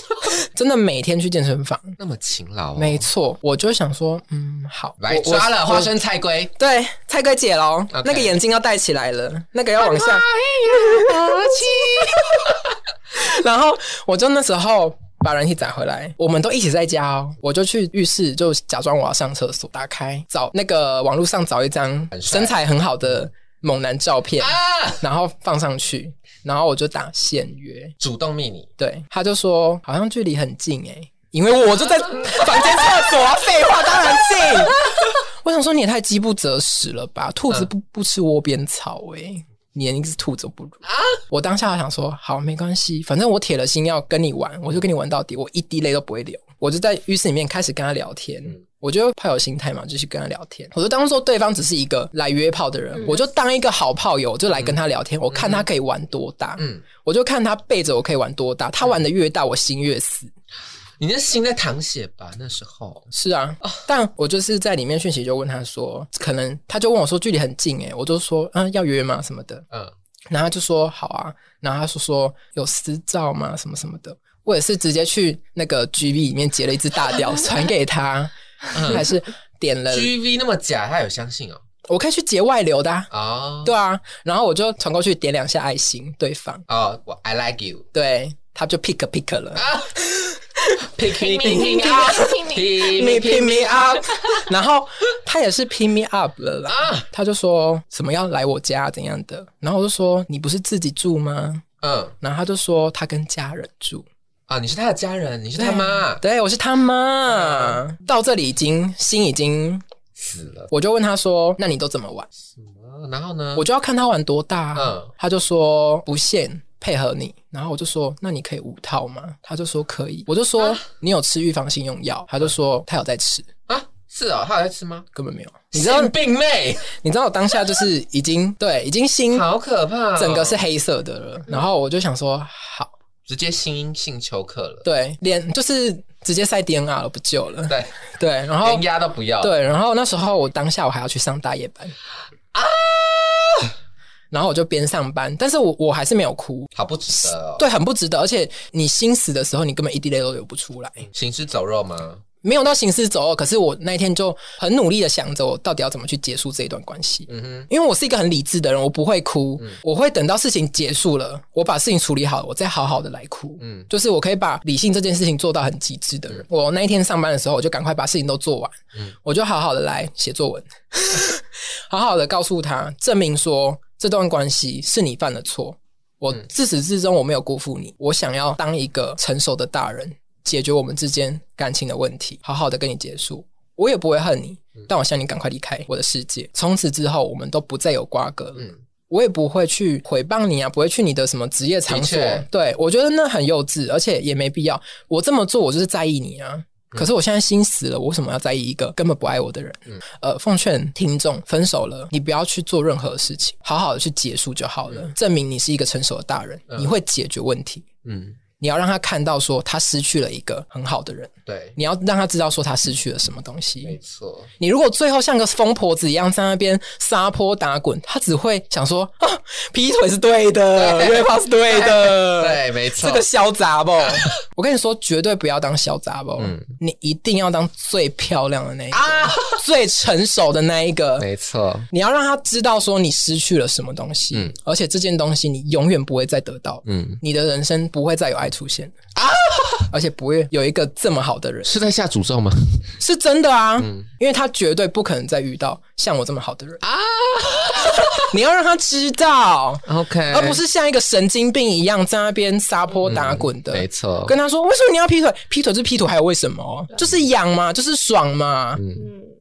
S2: <laughs> 真的每天去健身房，
S1: 那么勤劳哦，
S2: 没错，我就想说，嗯，好，
S1: 来
S2: 我
S1: 抓了花。
S2: 我我
S1: 生菜龟，
S2: 对，蔡哥姐喽
S1: OK
S2: 那个眼睛要戴起来了，那个要往
S1: <laughs>
S2: 下。然后我就那时候把人体载回来，我们都一起在家哦，我就去浴室，就假装我要上厕所，打开找那个网络上找一张
S1: 很帅
S2: 身材很好的猛男照片，
S1: 啊，
S2: 然后放上去，然后我就打现约，
S1: 主动密你，
S2: 对，他就说好像距离很近哎、因为我就在房间厕所啊， <laughs> 废话当然近。我想说你也太饥不择食了吧，兔子不不吃窝边草哎、你连一只兔子都不如啊！我当下想说，好，没关系，反正我铁了心要跟你玩，我就跟你玩到底，我一滴泪都不会流。我就在浴室里面开始跟他聊天，我就炮友心态嘛，就去跟他聊天。我就当做对方只是一个来约炮的人，我就当一个好炮友，我就来跟他聊天，我看他可以玩多大。
S1: 嗯，
S2: 我就看他背着我可以玩多大，他玩的越大，我心越死。
S1: 你那心在淌血吧？那时候
S2: 是啊，
S1: 哦
S2: 但我就是在里面讯息就问他说，可能他就问我说距离很近诶、我就说嗯要约吗什么的，
S1: 嗯，
S2: 然后他就说好啊，然后他说说有私
S1: <laughs>
S2: 照吗什么什么的，我也是直接去那个 G B 里面截了一只大雕传给他，还是点了，
S1: 嗯 G V 那么假，他有相信哦？
S2: 我可以去截外流的、啊，
S1: 哦，
S2: 对啊，然后我就传过去点两下爱心，对方
S1: 哦，我 I like you
S2: 对他就 pick pick 了。
S1: 啊，pick
S3: 拼
S1: me pick
S3: 拼拼
S1: me up，
S3: 啊，拼拼！
S1: pick
S2: me
S1: me
S2: pick me up，然 <laughs> 后他也是 pick me up 了啦。
S1: 啊，
S2: 他就说什么要来我家怎样的，然后我就说你不是自己住吗？
S1: 嗯
S2: 然后他就说他跟家人住，
S1: 啊，你是他的家人，你是他妈，
S2: 对我是他妈。到这里已经心已经，
S1: 死了
S2: 我就问他说，那你都怎么玩？
S1: 什么？然后呢？
S2: 我就要看他玩多大、啊。
S1: 嗯
S2: 他就说不限配合你，然后我就说那你可以五套吗？他就说可以，我就说、你有吃预防性用药？他就说他有在吃，
S1: 啊，是哦，他有在吃吗？
S2: 根本没有。
S1: 你知道病妹，
S2: 你知道我当下就是已
S1: <laughs>
S2: 经对已经心
S1: 好嗯可怕哦，
S2: 整个是黑色的了，然后我就想说好，
S1: 直接心因性休克了，
S2: 对，脸就是直接塞 DNR 了，不救了，
S1: 对，
S2: 对，然后
S1: 连。压都不要，，
S2: 对，然后那时候我当下我还要去上大夜班啊，然后我就边上班，但是我我还是没有哭，
S1: 好不值得哦。
S2: 对，很不值得，而且你心死的时候，你根本一滴泪都流不出来，
S1: 行尸走肉吗？
S2: 没有到行尸走肉。可是我那一天就很努力的想着，我到底要怎么去结束这一段关系。
S1: 嗯哼，
S2: 因为我是一个很理智的人，我不会哭，我会等到事情结束了，我把事情处理好，我再好好的来哭。
S1: 嗯
S2: 就是我可以把理性这件事情做到很极致的人。我那一天上班的时候，我就赶快把事情都做完，我就好好的来写作文，好好的告诉他，证明说这段关系是你犯的错。我自始至终我没有辜负你，我想要当一个成熟的大人，解决我们之间感情的问题，好好的跟你结束。我也不会恨你，
S1: 嗯
S2: 但我希望你赶快离开我的世界。从此之后，我们都不再有瓜葛。嗯
S1: 嗯，
S2: 我也不会去诽谤你啊，不会去你的什么职业场所
S1: 的确。
S2: 对，我觉得那很幼稚，而且也没必要。我这么做，我就是在意你
S1: 嗯
S2: 啊。可是我现在心死了，我为什么要在意一个根本不爱我的人？
S1: 嗯
S2: 呃，奉劝听众，分手了，你不要去做任何事情，好好的去结束就好了，证明你是一个成熟的大人，你会解决问题。
S1: 嗯，
S2: 你要让他看到说他失去了一个很好的人，
S1: 对，
S2: 你要让他知道说他失去了什么东西。
S1: 没错，
S2: 你如果最后像个疯婆子一样在那边撒泼打滚，他只会想说啊，劈腿是对的，约炮是对的，
S1: 对，没错
S2: 这，个小杂包。我跟你说，绝对不要当小杂包，
S1: 嗯
S2: 你一定要当最漂亮的那一个，
S1: 啊
S2: 最成熟的那一个。
S1: 没错，
S2: 你要让他知道说你失去了什么东西，而且这件东西你永远不会再得到，
S1: 嗯，
S2: 你的人生不会再有爱出现啊， <laughs> 而且不会有一个这么好的人，
S1: 是在下诅咒吗？
S2: 是真的啊，
S1: 嗯
S2: 因为他绝对不可能再遇到像我这么好的人啊， <laughs> 你要让他知道，
S1: OK，
S2: 而不是像一个神经病一样在那边撒泼打滚的，
S1: 嗯没错，
S2: 跟他说为什么你要劈腿？劈腿是劈腿，还有为什么？就是痒嘛，就是爽嘛，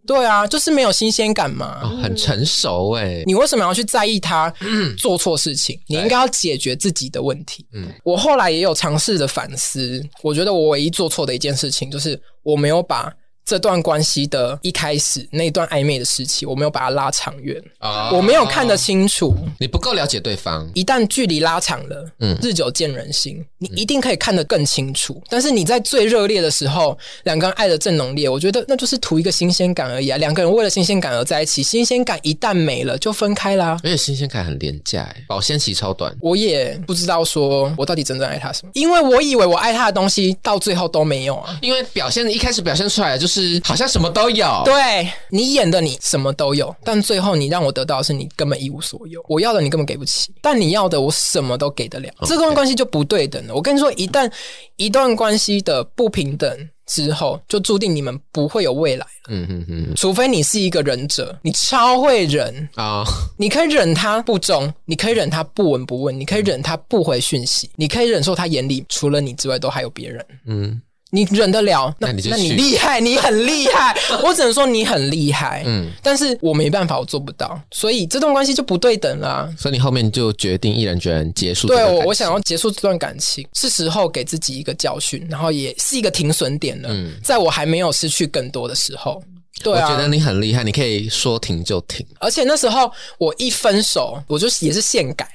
S2: 对啊，就是没有新鲜感嘛。
S1: 嗯哦很成熟哎，
S2: 你为什么要去在意他做错事情？你应该要解决自己的问题。我后来也有尝试着反思，我觉得我唯一做错的一件事情就是我没有把这段关系的一开始那段暧昧的时期，我没有把它拉长远，
S1: 哦
S2: 我没有看得清楚。
S1: 你不够了解对方，
S2: 一旦距离拉长了，嗯
S1: 嗯，
S2: 日久见人心，你一定可以看得更清楚。但是你在最热烈的时候，两个人爱得正浓烈，我觉得那就是图一个新鲜感而已啊。两个人为了新鲜感而在一起，新鲜感一旦没了，就分开啦。
S1: 而且新鲜感很廉价哎，保鲜期超短，
S2: 我也不知道说我到底真正爱他什么，因为我以为我爱他的东西到最后都没有啊。
S1: 因为表现一开始表现出来就是好像什么都有，
S2: 对你演的你什么都有，但最后你让我得到的是你根本一无所有。我要的你根本给不起，但你要的我什么都给得了。这段关系就不对等了。我跟你说，一旦一段关系的不平等之后，就注定你们不会有未来了，
S1: 嗯嗯嗯，
S2: 除非你是一个忍者，你超会忍，
S1: 啊，
S2: 你可以忍他不忠，你可以忍他不闻不问，你可以忍他不回讯息，你可以忍受他眼里除了你之外都还有别人。
S1: 嗯
S2: 你忍得了，那
S1: 那你就
S2: 那你
S1: 去
S2: 厉害，你很厉害，我只能说你很厉害，
S1: 嗯，
S2: 但是我没办法，我做不到，所以这段关系就不对等啦、
S1: 所以你后面就决定毅然决然结束这
S2: 对
S1: 段感情，
S2: 我，我想要结束这段感情，是时候给自己一个教训，然后也是一个停损点了，在我还没有失去更多的时候，对啊，
S1: 嗯我觉得你很厉害，你可以说停就停，
S2: 而且那时候我一分手，我就也是现改，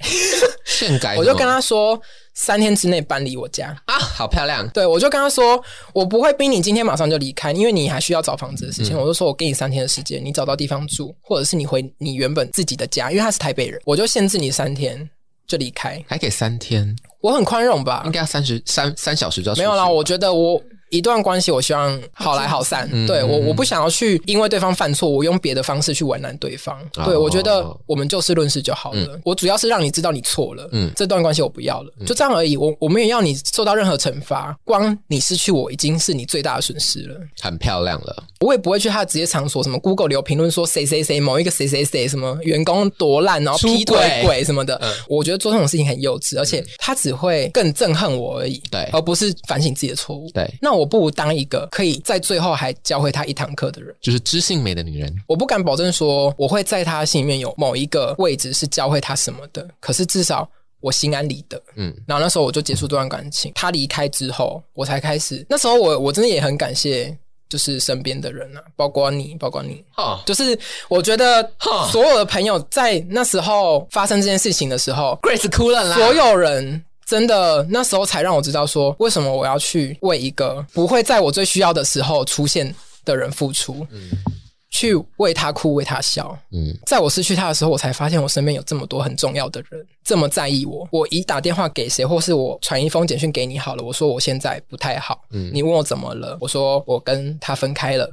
S1: 现改什么，
S2: 我就跟他说三天之内搬离我家。
S1: 啊，好漂亮，
S2: 对，我就跟他说，我不会逼你今天马上就离开，因为你还需要找房子的事情。我就说我给你三天的时间，你找到地方住，或者是你回你原本自己的家，因为他是台北人，我就限制你三天就离开。
S1: 还给三天，
S2: 我很宽容吧
S1: 应？该要三十三三小时就要出
S2: 没有啦，
S1: 去
S2: 我觉得我一段关系，我希望好来好散。
S1: 嗯
S2: 对我，我不想要去因为对方犯错，我用别的方式去为难对方。
S1: 嗯哦
S2: 对我觉得我们就事论事就好了。我主要是让你知道你错了，嗯，这段关系我不要了，
S1: 嗯
S2: 就这样而已。我我没有要你受到任何惩罚，光你失去我已经是你最大的损失了。
S1: 很漂亮了，
S2: 我也不会去他的职业场所，什么 Google 留评论说谁谁谁某一个谁谁谁什么员工多烂，然后
S1: 出轨嗯
S2: 劈腿鬼什么的。我觉得做这种事情很幼稚，而且他只会更憎恨我而已，
S1: 对
S2: 而不是反省自己的错误。
S1: 对，
S2: 那我不如当一个可以在最后还教会他一堂课的人。
S1: 就是知性美的女人。
S2: 我不敢保证说我会在他心里面有某一个位置是教会他什么的，可是至少我心安理得。
S1: 嗯，
S2: 然后那时候我就结束这段感情。他离开之后，我才开始。那时候我我真的也很感谢，就是身边的人啊，包括你，包括你，
S1: 哦，
S2: 就是我觉得
S1: 哈
S2: 所有的朋友在那时候发生这件事情的时候，
S1: Grace 哭了啦
S2: 所有人真的那时候才让我知道说，为什么我要去为一个不会在我最需要的时候出现的人付出，去为他哭，为他笑。
S1: 嗯，
S2: 在我失去他的时候，我才发现我身边有这么多很重要的人这么在意我。我一打电话给谁，或是我传一封简讯给你好了，我说我现在不太好，
S1: 嗯
S2: 你问我怎么了，我说我跟他分开了，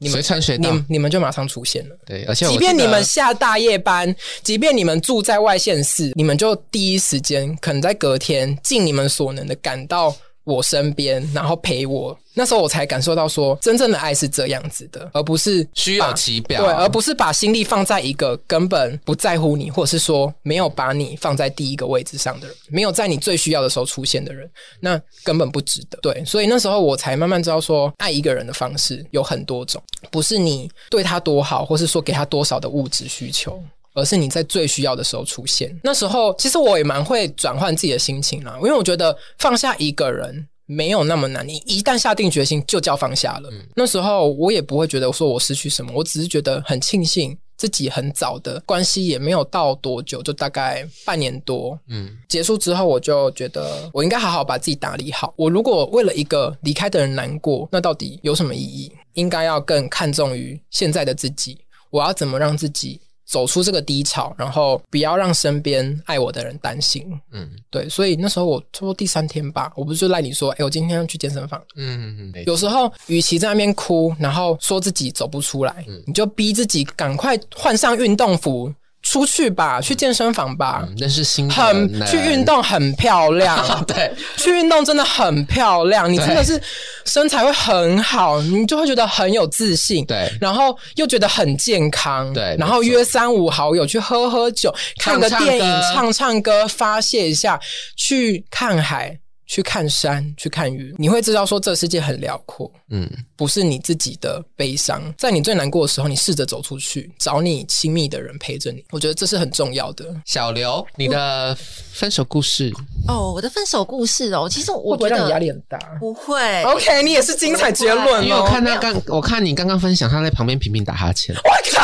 S2: 你
S1: 随
S2: 们
S1: 传随
S2: 你
S1: 到。
S2: 你们就马上出现了。
S1: 对，而且我
S2: 即便
S1: 记
S2: 你
S1: 得
S2: 们下大夜班，即便你们住在外县市，你们就第一时间，可能在隔天尽你们所能的赶到我身边，然后陪我。那时候我才感受到说，真正的爱是这样子的，而不是
S1: 虚有
S2: 把
S1: 其表，
S2: 啊对，而不是把心力放在一个根本不在乎你，或者是说没有把你放在第一个位置上的人，没有在你最需要的时候出现的人，那根本不值得。对，所以那时候我才慢慢知道说，爱一个人的方式有很多种，不是你对他多好，或是说给他多少的物质需求。而是你在最需要的时候出现。那时候，其实我也蛮会转换自己的心情啦，因为我觉得放下一个人没有那么难，你一旦下定决心就叫放下了。那时候我也不会觉得说我失去什么，我只是觉得很庆幸自己很早的关系也没有到多久，就大概半年多。嗯，结束之后我就觉得我应该好好把自己打理好。我如果为了一个离开的人难过，那到底有什么意义？应该要更看重于现在的自己，我要怎么让自己。走出这个低潮，然后不要让身边爱我的人担心。
S1: 嗯
S2: 对，所以那时候我差不多第三天吧，我不是就赖你说，哎、我今天要去健身房。
S1: 嗯嗯嗯，
S2: 有时候，与其在那边哭，然后说自己走不出来，你就逼自己赶快换上运动服，出去吧，去健身房吧。
S1: 嗯那是新的
S2: 很
S1: 人
S2: 去运，动很漂亮，
S1: <laughs> 对，
S2: 去运动真的很漂亮，你真的是身材会很好，你就会觉得很有自信，
S1: 对
S2: 然后又觉得很健康，
S1: 对
S2: 然后约三五好友去喝喝酒，看个
S1: 唱唱
S2: 电影
S1: 歌，
S2: 唱唱歌，发泄一下，去看海，去看山，去看云，你会知道说这世界很辽阔，
S1: 嗯，
S2: 不是你自己的悲伤，在你最难过的时候，你试着走出去，找你亲密的人陪着你，我觉得这是很重要的。
S1: 小刘，你的分手故事，
S4: 哦，我的分手故事哦，其实
S2: 会
S4: 我
S2: 不会
S4: 觉
S2: 让你压
S4: 得
S2: 力很大
S4: 不会，
S2: ？OK，你也是精彩结论
S1: 因为
S2: 哦
S1: 我。看他刚，我看你刚刚分享，他在旁边频频打哈欠，
S2: 我靠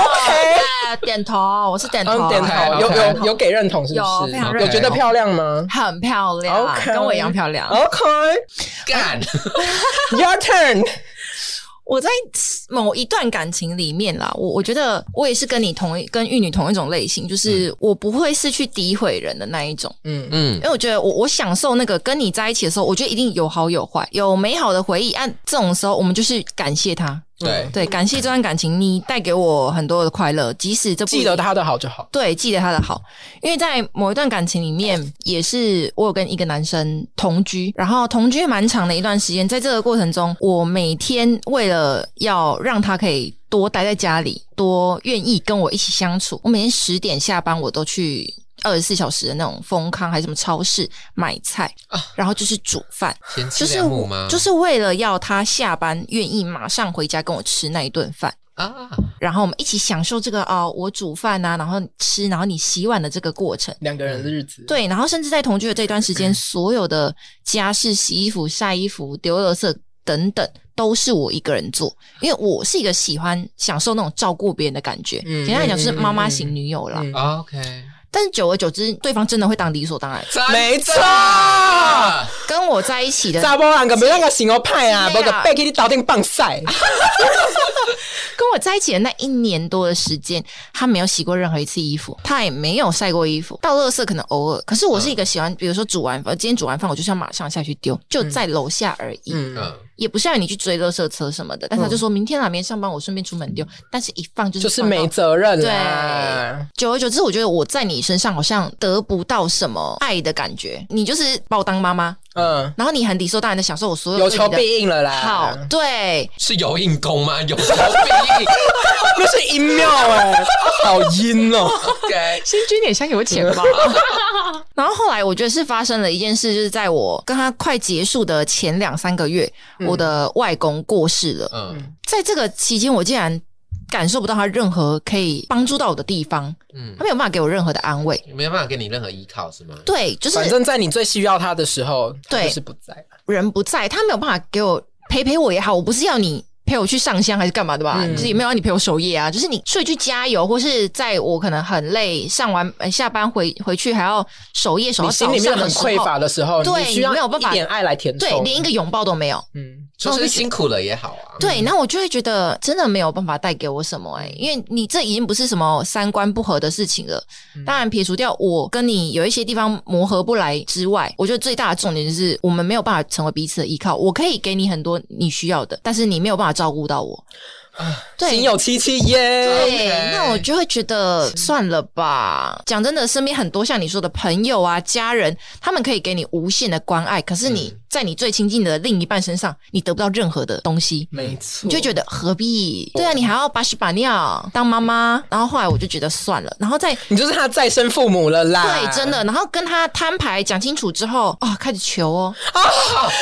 S2: ，OK，
S4: 呃，点头，我是点头，
S2: 嗯，
S4: 啊
S2: 点头，
S1: OK，OK
S2: 有有有给认同是不
S4: 有
S2: 是
S4: 非常？
S1: 认
S2: 有
S1: 同
S2: 觉得漂亮吗
S4: 很漂亮
S2: OK 哦
S4: 跟我一样漂亮。
S2: ？OK，Your
S1: 干，
S2: turn。
S4: 我在某一段感情里面啦，我我觉得我也是跟你同一跟玉女同一种类型，就是我不会是去诋毁人的那一种，
S2: 嗯，
S1: 嗯
S4: 因，为我觉得我我享受那个跟你在一起的时候，我觉得一定有好有坏，有美好的回忆。按这种时候，我们就是感谢他，
S1: 对，
S4: 对，感谢这段感情，你带给我很多的快乐，即使这不
S2: 记得他的好就好。
S4: 对，记得他的好，因为在某一段感情里面，也是我有跟一个男生同居，然后同居蛮长的一段时间，在这个过程中，我每天为了要让他可以多待在家里，多愿意跟我一起相处，我每天十点下班我都去。二十四小时的那种丰康还是什么超市买菜，然后就是煮饭，
S1: 贤妻
S4: 就是
S1: 良母
S4: 我
S1: 吗？
S4: 就是为了要他下班愿意马上回家跟我吃那一顿饭。
S1: 啊，
S4: 然后我们一起享受这个哦，我煮饭啊，然后吃，然后你洗碗的这个过程。
S2: 两个人的日子，
S4: 对，然后甚至在同居的这段时间，所有的家事、洗衣服、晒衣服、丢垃圾等等，都是我一个人做，因为我是一个喜欢享受那种照顾别人的感觉。
S2: 嗯
S4: 简单来讲，就是妈妈
S2: 嗯嗯
S4: 型女友啦。
S2: 嗯
S1: 啊 OK，
S4: 但是久而久之，对方真的会当理所当然。
S2: 没错，
S1: 嗯
S4: 跟我在一
S2: <laughs>
S4: 起的，
S2: 查波人个没那个形容派啊，
S4: 是
S2: 无
S4: 的
S2: 个
S4: 呀
S2: 被给你倒定棒晒。
S4: 跟我在一起的那一年多的时间，他没有洗过任何一次衣服，他也没有晒过衣服，到垃圾可能偶尔。可是我是一个喜欢，比如说煮完饭，今天煮完饭，我就是要马上下去丢，就在楼下而已。
S2: 嗯，
S1: 嗯，
S4: 也不是要你去追垃圾车什么的，但他就说明天啦，明天上班我顺便出门丢，但是一放就是
S2: 就是
S4: 放到
S2: 没责任啦。
S4: 久而久之，我觉得我在你身上好像得不到什么爱的感觉，你就是把我当妈妈，
S2: 嗯，
S4: 然后你很理所当然的享受我所有
S2: 有
S4: 对
S2: 求
S4: 你的
S2: 必应了啊啦。
S4: 好，对，
S1: 是有硬功吗？ <laughs> 有什么必应
S2: 那是音妙哎，好阴哦。
S1: ？OK，
S3: 新军脸香有钱吧？
S4: <laughs> 然后后来我觉得是发生了一件事，就是在我跟他快结束的前两三个月，
S2: 嗯
S4: 我的外公过世了。
S1: 嗯
S4: 在这个期间，我竟然感受不到他任何可以帮助到我的地方，
S1: 嗯
S4: 他，没有办法给我任何的安慰。
S1: 没办法给你任何依靠是吗？
S4: 对，就是
S2: 反正在你最需要他的时候，他
S4: 对
S2: 就是不在了。
S4: 人不在，他没有办法给我陪陪我也好，我不是要你。陪我去上香还是干嘛的吧？
S2: 嗯
S4: 就是也没有让你陪我守夜啊，就是你出去去加油，或是在我可能很累，上完呃下班回回去还要守夜守
S2: 你
S4: 到
S2: 心
S4: 早
S2: 里面
S4: 上的
S2: 很
S4: 时候，
S2: 匮乏的时候，
S4: 对
S2: 你需要
S4: 你没有办法
S2: 一点爱来填充。
S4: 对，连一个拥抱都没有。
S2: 嗯，
S1: 说是辛苦了也好啊。
S4: 对，那我就会觉得真的没有办法带给我什么哎、欸
S2: 嗯
S4: 因为你这已经不是什么三观不合的事情了。
S2: 嗯
S4: 当然，撇除掉我跟你有一些地方磨合不来之外，我觉得最大的重点就是我们没有办法成为彼此的依靠。我可以给你很多你需要的，但是你没有办法照顾到我。对，
S2: 心有戚戚耶。
S4: 对，那我就会觉得算了吧。讲真的，身边很多像你说的朋友啊、家人，他们可以给你无限的关爱，可是你在你最亲近的另一半身上，你得不到任何的东西。
S2: 没错，
S4: 你就觉得何必？对啊，你还要把屎把尿当妈妈，然后后来我就觉得算了，然后再
S2: 你就是他再生父母了啦。
S4: 对，真的，然后跟他摊牌讲清楚之后，哦，开始求哦，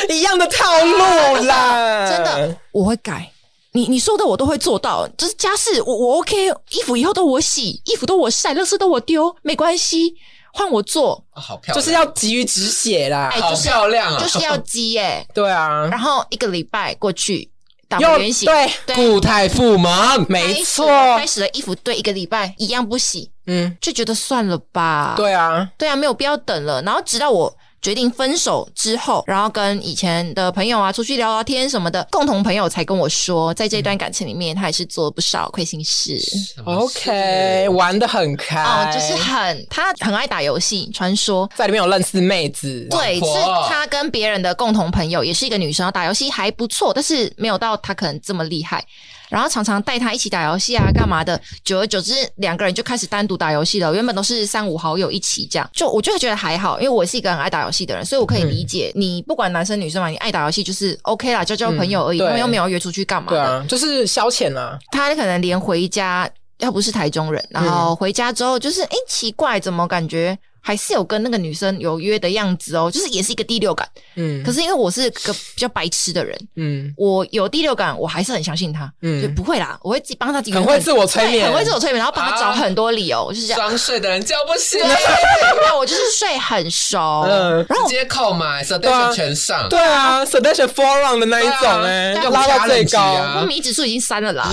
S2: 一样的套路啦，
S4: 真的。我会改。你你说的我都会做到，就是家事我我 OK，衣服以后都我洗，衣服都我晒，垃圾都我丢，没关系，换我做，
S1: 啊，好漂亮，
S2: 就是要急于止血啦。
S4: 哎
S1: 好
S4: 就是
S1: 漂亮
S2: 嗯
S1: 啊，
S4: 就是要积耶、
S2: 对啊，
S4: 然后一个礼拜过去打
S2: 又
S4: 回原形，
S2: 对，
S1: 固态复萌。
S2: 没错，
S4: 开始开始的衣服对一个礼拜一样不洗，
S2: 嗯，
S4: 就觉得算了吧，
S2: 对啊，
S4: 对啊，没有必要等了。然后直到我决定分手之后，然后跟以前的朋友啊出去聊聊天什么的，共同朋友才跟我说，在这
S2: 嗯
S4: 段感情里面，他也是做了不少亏心
S1: <laughs>
S4: 事。
S1: 什么事
S2: OK，玩的很开，
S4: 哦，就是很他很爱打游戏，传说。
S2: 在里面有认识妹子，
S4: 对，
S1: 婆
S4: 是他跟别人的共同朋友，也是一个女生，打游戏还不错，但是没有到他可能这么厉害。然后常常带他一起打游戏啊，干嘛的？久而久之，两个人就开始单独打游戏了。原本都是三五好友一起这样，就我就会觉得还好，因为我是一个很爱打游戏的人，所以我可以理解、你不管男生女生嘛，你爱打游戏就是 OK 啦，交交朋友而已，
S2: 嗯对
S4: 他们又没有约出去干嘛
S2: 对
S4: 的。
S2: 啊，就是消遣啊啦，
S4: 他可能连回家，要不是台中人，然后
S2: 嗯
S4: 回家之后就是，哎、奇怪，怎么感觉还是有跟那个女生有约的样子哦？就是也是一个第六感。
S2: 嗯，
S4: 可是因为我是个比较白痴的人，
S2: 嗯，
S4: 我有第六感，我还是很相信他，
S2: 嗯
S4: 就不会啦，我会自己帮他自己
S2: 很会自我催
S4: 对
S2: 眠，啊
S4: 很会自我催眠，然后帮他找很多理由，我
S2: <laughs>
S4: 就是这样。
S1: 装睡的人叫不醒，
S4: 对，我就是睡很熟，
S2: 嗯
S4: 然后
S1: 直接扣嘛 s e d
S2: 对啊
S1: a 全上。
S2: 对啊，sedation four round 的那一种哎，
S1: 对啊
S2: 要拉到最
S1: 用压力
S2: 高
S1: 啊，
S4: 昏迷指数已经三
S2: <laughs>
S4: 了啦。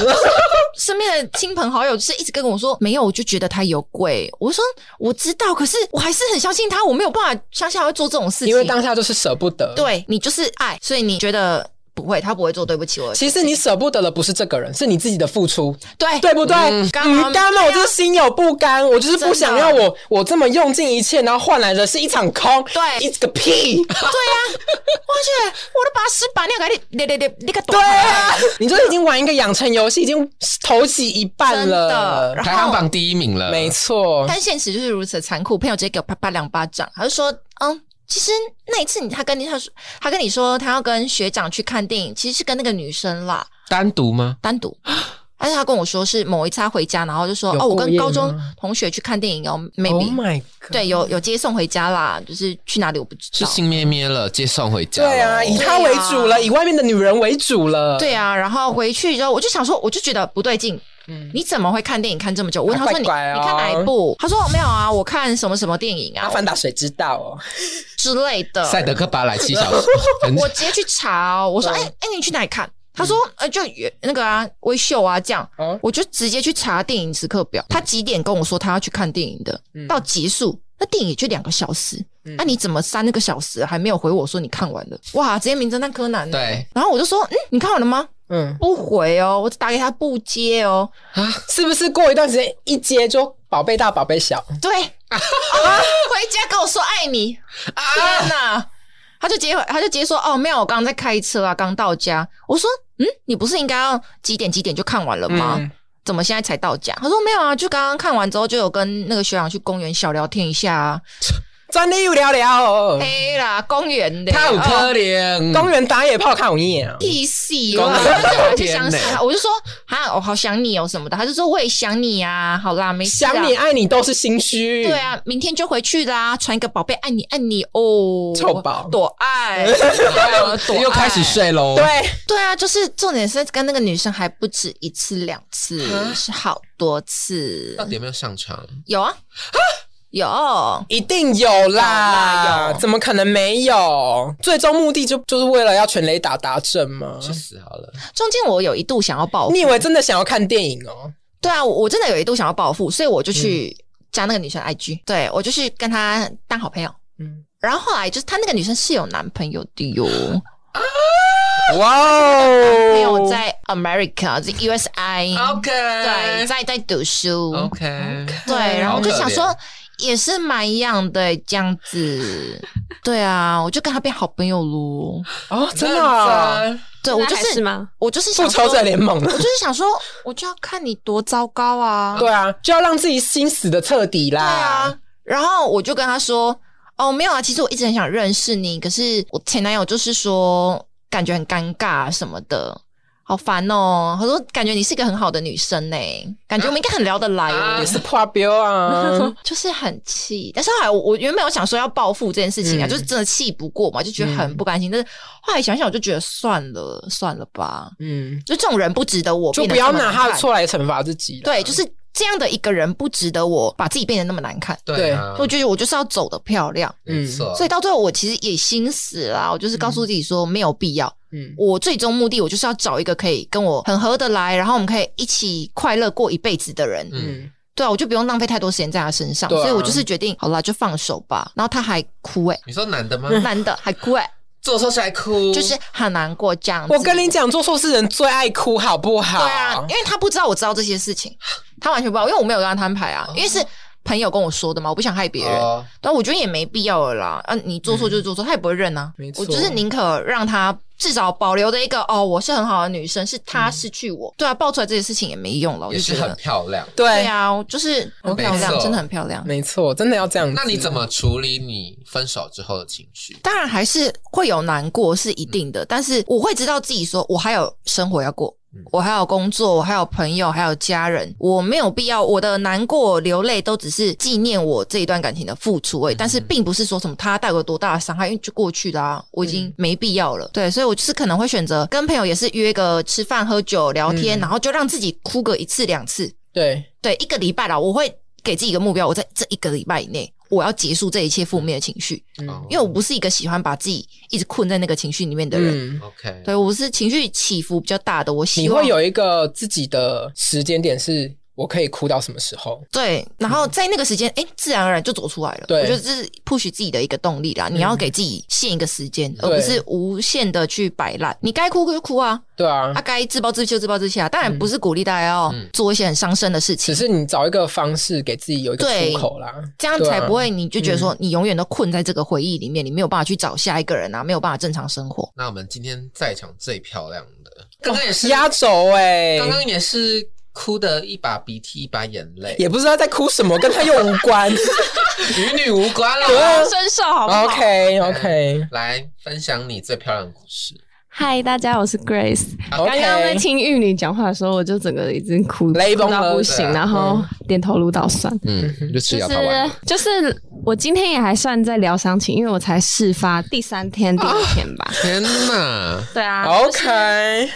S4: 身边的亲朋好友就是一直跟我说没有，我就觉得他有鬼。我说我知道，可是我还是很相信他，我没有办法相信他会做这种事情。
S2: 因为当下就是舍不得，。
S4: 对你就是爱，所以你觉得不会，他不会做对不起我。
S2: 其实你舍不得的不是这个人，是你自己的付出，
S4: 对
S2: 对不对？
S4: 嗯
S2: 你
S4: 刚好
S2: 刚嘛，我就是心有不甘，我就是不想要
S4: 真的
S2: 我我这么用尽一切，然后换来的是一场空，
S4: 对
S2: 一个
S4: <laughs>
S2: 屁，
S4: 我去，我都把屎把尿给你，你你你你个
S2: 对啊，你就已经玩一个养成游戏，已经头洗一半
S4: 真
S2: 了
S4: 的，，然
S1: 排行
S4: 后。
S1: 榜第一名了，
S2: 没错，
S4: 但现实就是如此残酷。朋友直接给我啪啪两巴掌，他就说：“嗯，其实那一次你他跟你他说他跟你说他要跟学长去看电影，其实是跟那个女生啦，
S1: 单独吗？
S4: 单独。 <gasps> 但是他跟我说是某一次他回家，然后就说
S2: 有
S4: 哦，我
S2: 过
S4: 跟
S2: 夜
S4: 高中
S2: 吗
S4: 同学去看电影哦
S2: ，Oh
S4: ，maybe、
S2: my god，
S4: 对，有有接送回家啦，就是去哪里我不知
S1: 是
S4: 道。
S1: 新咩咩了，接送回家。
S2: 对啊，以他为主了，以外面的女人为主了，
S4: 对啊，然后回去之后我就想说，我就觉得不对劲。
S2: 嗯
S4: 你怎么会看电影看这么久？我问他说
S2: 怪
S4: 你
S2: 怪哦
S4: 你看哪一部？他说没有啊，我看什么什么电影
S2: 阿
S4: 啊
S2: 凡达谁知道哦？
S4: 之类的。
S1: 赛德克巴莱七小时，很
S4: <laughs> 我直接去查哦、我说哎哎、你去哪里看？他说呃就那个啊微秀啊这样，
S2: 嗯哦，
S4: 我就直接去查电影时刻表，他几点跟我说他要去看电影的，
S2: 嗯
S4: 到结束。那电影也就两个小时，那、
S2: 嗯
S4: 你怎么三个小时还没有回我说你看完了？哇，直接名侦探柯南了。
S1: 对，
S4: 然后我就说，嗯，你看完了吗？
S2: 嗯，
S4: 不回哦，我打给他不接哦。
S2: 是不是过一段时间一接就宝贝大宝贝小？ <laughs>
S4: 对，啊回家跟我说爱你，
S2: 啊
S4: 天哪！他就接他就接说哦没有，我刚刚在开车啊，刚到家。我说嗯，你不是应该要几点几点就看完了吗？
S2: 嗯
S4: 怎么现在才到家？他说没有啊，就刚刚看完之后就有跟那个学长去公园小聊天一下啊。
S2: 专利又聊聊哦，
S4: 嘿啦，公园的，
S1: 他有
S4: 哦
S1: 可怜，啊
S2: 公园打野炮看我一眼啊！
S4: 屁事
S1: 公
S4: 哦！
S1: 园
S4: 然后我就
S1: 天
S4: 想死
S1: 哪
S4: 他，我就说啊，我好想你哦什么的。他就说我也想你啊，好啦，没事啊
S2: 想你爱你都是心虚，
S4: 对，啊，明天就回去啦，传一个宝贝爱你爱你哦，
S2: 臭宝
S4: 多爱，多爱
S1: 又开始。睡喽。
S2: 对，
S4: 哦哎对啊，就是重点是跟那个女生还不止一次两次，是好多次
S1: 到。底有没有上床？
S4: 有啊，有
S2: 一定有
S4: 有
S2: 啦
S4: 啊啦，有
S2: 怎么可能没有？最终目的就就是为了要全雷打达阵
S4: 啊
S2: 吗？
S1: 去死好
S4: <laughs>
S1: 了！
S4: 中间我有一度想要报复
S2: 你，以为真的想要看电影哦？
S4: 对啊，我我真的有一度想要报复，所以我就去加那个女生的 IG，对我就去跟她当好朋友。
S2: 嗯，
S4: 然后后来就是她那个女生是有男朋友的哟，
S2: 哇哦，
S4: 没有在 America，在 USI，、
S1: OK，
S4: 对，在在读书。
S1: OK，
S4: <laughs> 对，然
S1: 好
S4: 后我就
S1: 可
S4: 想
S1: 怜
S4: 说也是蛮一样的这样子，对啊，我就跟他变好朋友喽。
S2: 哦，真的啊，
S1: 认真
S4: 对我就
S3: 现在还是
S4: 是
S3: 吗？
S4: 我就是
S2: 复
S4: 想说
S2: 仇，者联盟
S4: <laughs> 我
S2: 了。
S4: 就是想说，我就要看你多糟糕啊，
S2: 对啊，就要让自己心死的彻底啦。
S4: 对啊，，然后我就跟他说，哦，没有啊，其实我一直很想认识你，可是我前男友就是说感觉很尴尬什么的。好烦哦！他说：“感觉你是一个很好的女生呢、感觉我们应该很聊得来哦。，
S2: <laughs>
S1: 啊
S2: 也是破标啊
S4: <laughs> 就是很气，但是后来我我原本有想说要报复这件事情啊，
S2: 嗯
S4: 就是真的气不过嘛，就觉得很不甘心。但是后来想想，我就觉得算了，算了吧，
S2: 嗯，
S4: 就这种人不值得我
S2: 就
S4: 变得
S2: 不要
S4: 这么
S2: 拿
S4: 难
S2: 他的
S4: 看
S2: 错来惩罚自己啦。
S4: 对，就是这样的一个人不值得我把自己变得那么难看。
S1: 对啊，
S4: 我觉得我就是要走得漂亮，
S1: 没
S2: 嗯
S1: 错，
S4: 所以到最后我其实也心死啦，我就是告诉自己说没有必要。
S2: 嗯，
S4: 我最终目的我就是要找一个可以跟我很合得来，然后我们可以一起快乐过一辈子的人。
S1: 嗯，
S4: 对啊，我就不用浪费太多时间在他身上，
S2: 对啊
S4: 所以我就是决定好了就放手吧。然后他还哭哎、
S1: 你说男的吗？
S4: 男的还哭哎、
S1: 做错事还哭，
S4: 就是很难过这样子。
S2: 我跟你讲，做错事人最爱哭，好不好？
S4: 对啊，因为他不知道我知道这些事情，他完全不知道，因为我没有跟他摊牌啊，因为是朋友跟我说的嘛，我不想害别人。
S1: 哦
S4: 但我觉得也没必要了啦，啊，你做错就是做错，他也不会认啊。
S2: 没错
S4: 我就是宁可让他至少保留的一个哦，我是很好的女生，是他失去我。对啊，爆出来这些事情也没用了，我
S1: 也
S4: 哦就是觉
S1: 很
S4: 得。
S1: 漂亮。
S4: 对
S2: 对，
S4: 啊，我就是很漂
S1: 没
S4: 亮，
S1: 错
S4: 真的很漂亮。
S2: 没错，真的要这样子。
S1: 那你怎么处理你分手之后的情绪？
S4: 当然还是会有难过是一定的，但是我会知道自己说，我还有生活要过
S1: 嗯，
S4: 我还有工作，我还有朋友，还有家人，我没有必要我的难过流泪都只是纪念我这一段感情的付出而已，但是并不是说什么他带我多大的伤害，因为就过去啦、我已经没必要了。对，所以我就是可能会选择跟朋友也是约个吃饭、喝酒、聊天，
S2: 嗯
S4: 然后就让自己哭个一次两次，
S2: 对？
S4: 对，一个礼拜啦，我会给自己一个目标，我在这一个礼拜以内，我要结束这一切负面的情绪。
S2: 嗯
S1: 哦
S4: 因为我不是一个喜欢把自己一直困在那个情绪里面的人。
S2: 嗯，
S1: OK，
S4: 对，我是情绪起伏比较大的，我希
S2: 你
S4: 望
S2: 会有一个自己的时间点，是我可以哭到什么时候？
S4: 对，然后在那个时间，哎、自然而然就走出来了。
S2: 嗯对嗯
S4: 我觉得这是 push 自己的一个动力啦。你要给自己限一个时间，而
S2: 对
S4: 不是无限的去摆烂。你该哭就哭啊，
S2: 对啊
S4: 啊，，该自暴自弃就自暴自弃啊。当然不是鼓励大家要
S1: 嗯
S4: 做一些很伤身的事情，
S2: 只嗯是你找一个方式给自己有一个
S4: 对
S2: 出口啦。
S4: 这样
S2: 对啊
S4: 才不会你就觉得说你永远都困在这个回忆里面，你没有办法去找下一个人啊，没有办法正常生活。
S1: 那我们今天在场最漂亮
S4: 哦
S1: 的，刚刚也是，
S2: 压轴哎，
S1: 刚刚也是哭的一把鼻涕一把眼泪，
S2: 也不知道在哭什么，跟他又无关。
S1: 与女无关了。
S3: 好身手 <laughs> 好不好
S2: OK OK
S1: 来分享你最漂亮的故事。
S3: 嗨，大家，我是 Grace。刚刚在
S2: OK，
S3: 听玉女讲话的时候，我就整个已经哭
S2: 雷
S3: 哭
S2: 崩
S3: 到
S2: 了嗯
S3: 不行，
S1: 对啊
S3: 然后点头如捣蒜。
S1: 嗯，就吃
S2: 啊
S3: 就
S1: 药
S3: 是
S1: 他完了。
S3: 就是，我今天也还算在疗伤情，因为我才事发第三天、第五天吧。
S1: 天哪！
S3: 对啊
S2: 啊 OK，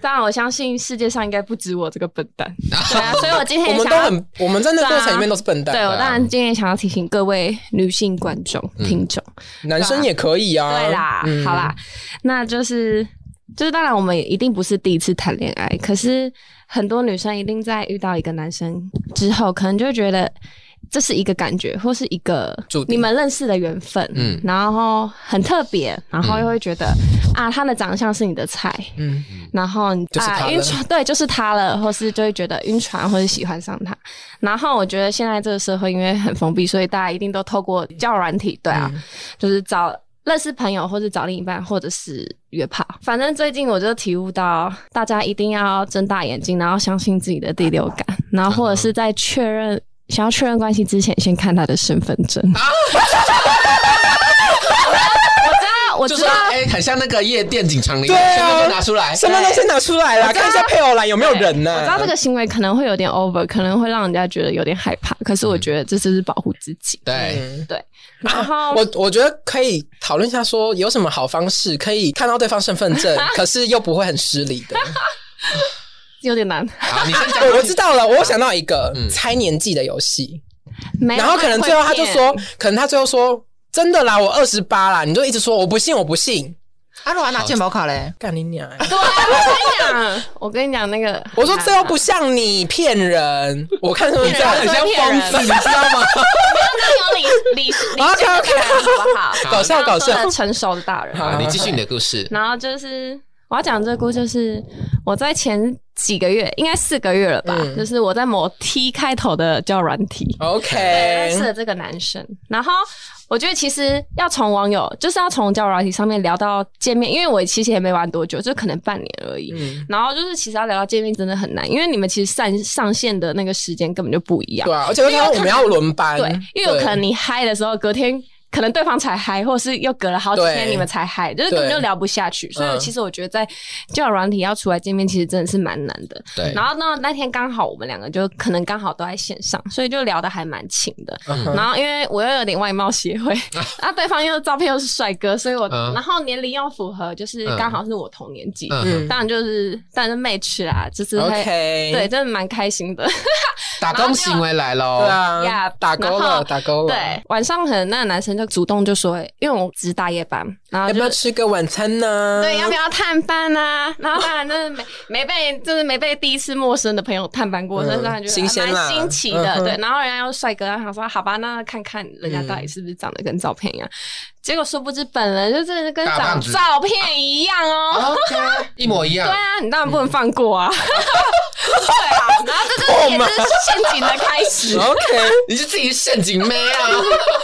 S3: 当然，我相信世界上应该不止我这个笨
S2: <laughs>
S3: 蛋。对啊，所以我今天
S2: 我
S3: 也
S2: 们
S3: 想
S2: 都
S3: 要
S2: 很，我们在那过程里面都是笨
S3: 啊对
S2: 蛋，啊
S3: 我当然今天也想要提醒各位女性
S2: 嗯
S3: 观众、听众，
S2: 男生也可以啊。
S3: 对啦，
S2: 嗯
S3: 好啦，那就是就是当然我们也一定不是第一次谈恋爱，可是很多女生一定在遇到一个男生之后，可能就会觉得。这是一个感觉，或是一个
S2: 注定
S3: 你们认识的缘分，
S1: 嗯
S3: 然后很特别，然后又会觉得、啊，他的长相是你的菜，
S2: 嗯，
S3: 然后你
S2: 就是他
S3: 啊
S2: 了
S3: 晕船，对，就是他了，或是就会觉得晕船，或是喜欢上他。然后我觉得现在这个社会因为很封闭，所以大家一定都透过交友软体，对啊，
S2: 嗯
S3: 就是找认识朋友，或是找另一半，或者是约炮。反正最近我就体悟到，大家一定要睁大眼睛，然后相信自己的第六感，然后或者是在确认。想要确认关系之前，先看他的身份证。
S2: 啊
S3: 我知道，我
S1: 就
S3: 知
S1: 说
S3: 道，
S1: 哎、很像那个夜店警长铃，
S2: 对啊
S1: 身份证拿出来，
S2: 身份证先拿出来啦，看一下配偶栏有没有人呢、
S3: 啊我知道这个行为可能会有点 over，可能会让人家觉得有点害怕，可是我觉得这就是保护自己。
S1: 对，
S2: 嗯
S3: 嗯然后
S2: 我我觉得可以讨论一下，说有什么好方式可以看到对方身份
S3: <laughs>
S2: 证，可是又不会很失礼的。
S3: 有点难，
S1: 好，你先讲，
S2: 我我知道了，我想到一个
S1: 嗯
S2: 猜年纪的游戏，
S3: 没有
S2: 然后可能最后他就，
S3: 哎会
S2: 说，可能他最后说真的啦，我二十八啦，你就一直说我不信，我不信，
S4: 阿鲁还拿健保卡嘞，
S2: 干你娘欸！
S3: 啊骗我跟你讲，我跟你讲那个，
S2: 我说这又不像你骗人，我看什么这样很
S3: 骗人
S2: 像疯子，
S3: 骗人
S2: 你知道吗？
S3: <laughs> 这有理理理性
S2: OK，OK
S3: 的好不好？
S2: 搞笑搞笑
S3: 刚刚说的成熟的大人。
S1: 好，你继续你的故事。
S3: 然后就是我要讲这个故事，就是我在前几个月，应该四个月了吧，
S2: 嗯
S3: 就是我在某 T 开头的叫软体。认识
S2: <laughs> OK，
S3: 了这个男生，然后我觉得其实要从网友，就是要从交友软体上面聊到见面，因为我其实也没玩多久，就可能半年而已。
S2: 嗯，
S3: 然后就是其实要聊到见面真的很难，因为你们其实上上线的那个时间根本就不一样
S2: 对。啊，而且他说我们要轮班，
S3: 对，因为有可能
S2: 对
S3: 你嗨的时候，隔天可能对方才嗨，或是又隔了好几
S2: 对
S3: 天你们才嗨，就是根本
S2: 对
S3: 就聊不下去。所以
S2: 嗯
S3: 其实我觉得在交友软体要出来见面，其实真的是蛮难的。
S1: 对
S3: 然，后那那天刚好我们两个就可能刚好都在线上，所以就聊得还蛮勤的。
S2: 嗯哼
S3: 然后因为我又有点外貌协
S2: <laughs>
S3: 会，啊，对方又照片又是帅哥，所以我、
S1: 嗯
S3: 然后年龄又符合，就是
S1: 嗯
S3: 刚好是我同年纪，
S1: 嗯，
S3: 当然就是当然是 match 啦，就是会
S2: OK，
S3: 对，真的蛮开心的。
S1: 打工行为来喽
S2: 对，啊
S3: 呀，
S2: 打勾
S3: 然
S2: 了，
S3: 后
S2: 打勾了，
S3: 对，晚上可能那个男生就主动就说，因为我值大夜班，然后
S2: 要不
S3: 就
S2: 要。吃个晚餐呢？
S3: 对，要不要探班啊？然后当然就是 <laughs> 没没被，就是没被第一次陌生的朋友探班过，
S2: 嗯
S3: 所以当然觉
S2: 新
S3: 得
S2: 鲜
S3: 还
S2: 啦
S3: 蛮新奇
S2: 嗯
S3: 的。
S2: 哼
S3: 对，然后人家又帅哥，然后想说好吧，那看看人家到底
S2: 嗯
S3: 是不是长得跟照片一样。结果殊不知本人就真的跟
S1: 大
S3: 长
S1: 胖子
S3: 照片一样哦。
S1: ，OK，一嗯模一
S3: 对
S1: 样，
S3: 啊，你当然不能放过啊。
S2: 嗯
S3: <laughs> 对啊，然后这就是也是陷阱的开始。
S2: ，OK，
S1: 你是自己陷阱妹啊，
S3: <laughs>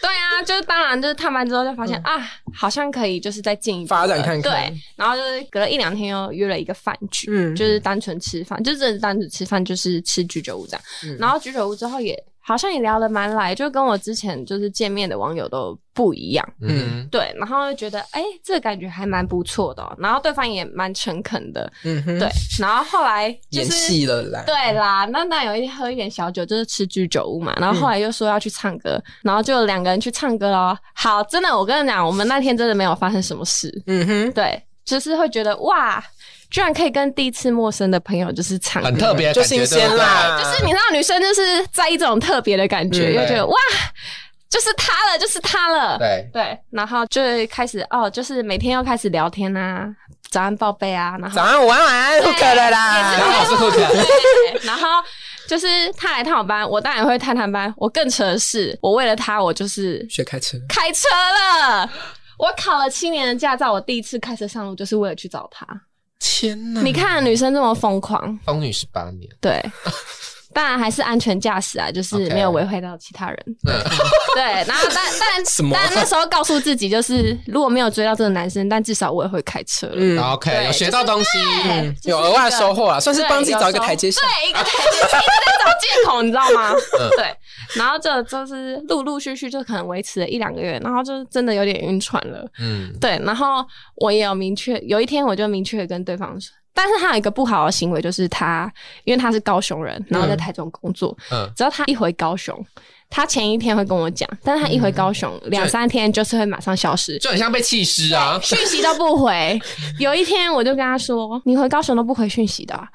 S3: 对啊，就是当然就是探班之后就发现、
S2: 嗯
S3: 啊，好像可以就是再进一步
S2: 发展看看
S3: 对，然后就是隔了一两天又约了一个饭局，
S2: 嗯
S3: 就是单纯吃饭，就真的是单纯吃饭，就是吃居酒屋这样。
S2: 嗯
S3: 然后居酒屋之后也好像也聊得蛮来，就跟我之前就是见面的网友都不一样。
S1: 嗯，
S3: 对，然后就觉得哎、这个感觉还蛮不错的哦、然后对方也蛮诚恳的，
S2: 嗯哼，
S3: 对，然后后来就
S2: 演
S3: 是
S2: 戏了啦，
S3: 对啦，那那有一天喝一点小酒，就是吃居酒屋嘛，然
S1: 嗯
S3: 后后来又说要去唱歌，然后就两个人去唱歌咯。好，真的，我跟你讲，我们那天真的没有发生什么事，
S2: 嗯哼，
S3: 对，就是会觉得哇，居然可以跟第一次陌生的朋友就是唱歌
S1: 很特别的
S2: 就
S1: 感觉，
S2: 新鲜啦，
S3: 就是你知道女生就是在一种特别的感觉，
S2: 嗯
S3: 又觉得哇，就是他了，就是他了，
S1: 对
S3: 对，然后就会开始哦，就是每天又开始聊天啊，早安报备啊，然后
S2: 早安、午安、晚安
S3: 对
S2: ，hook
S1: 对不对。刚
S2: 了啦，
S1: 好是 hook，
S3: 对 <laughs> 然后就是他来探我班，我当然会探他班。我更扯的是，我为了他，我就是
S2: 学开车，
S3: <laughs> 开车了。我考了七年的驾照，我第一次开车上路就是为了去找他。
S1: 天哪！
S3: 你看女生这么疯狂，
S1: 疯女十八年，
S3: <laughs> 对。当然还是安全驾驶啊，就是
S1: OK
S3: 没有危害到其他人。
S1: 嗯
S3: 对，然后但 <laughs> 但
S2: 什么
S3: 但那时候告诉自己，就是如果没有追到这个男生，但至少我也会开车了。
S2: 嗯，
S1: 哦，OK，
S3: 对
S1: 有学到东西，
S3: 对
S2: 嗯有额外收获啦，算是
S3: 对
S2: 帮自己
S3: 有
S2: 找一个
S3: 时候
S2: 台阶下。
S3: 对，一个台阶下，一直在找借口，你知道吗？对，然后这就是陆陆续续就可能维持了一两个月，然后就真的有点晕船了。
S1: 嗯，
S3: 对，然后我也有明确，有一天我就明确地跟对方说。但是他有一个不好的行为，就是他，因为他是高雄人，然后在台中工作。
S1: 嗯
S3: 只要他一回高雄，他前一天会跟我讲，但是他一回高雄，两三天就是会马上消失，
S1: 就很像被弃尸啊，
S3: 讯息都不回。有一天我就跟他说：“你回高雄都不回讯息的啊、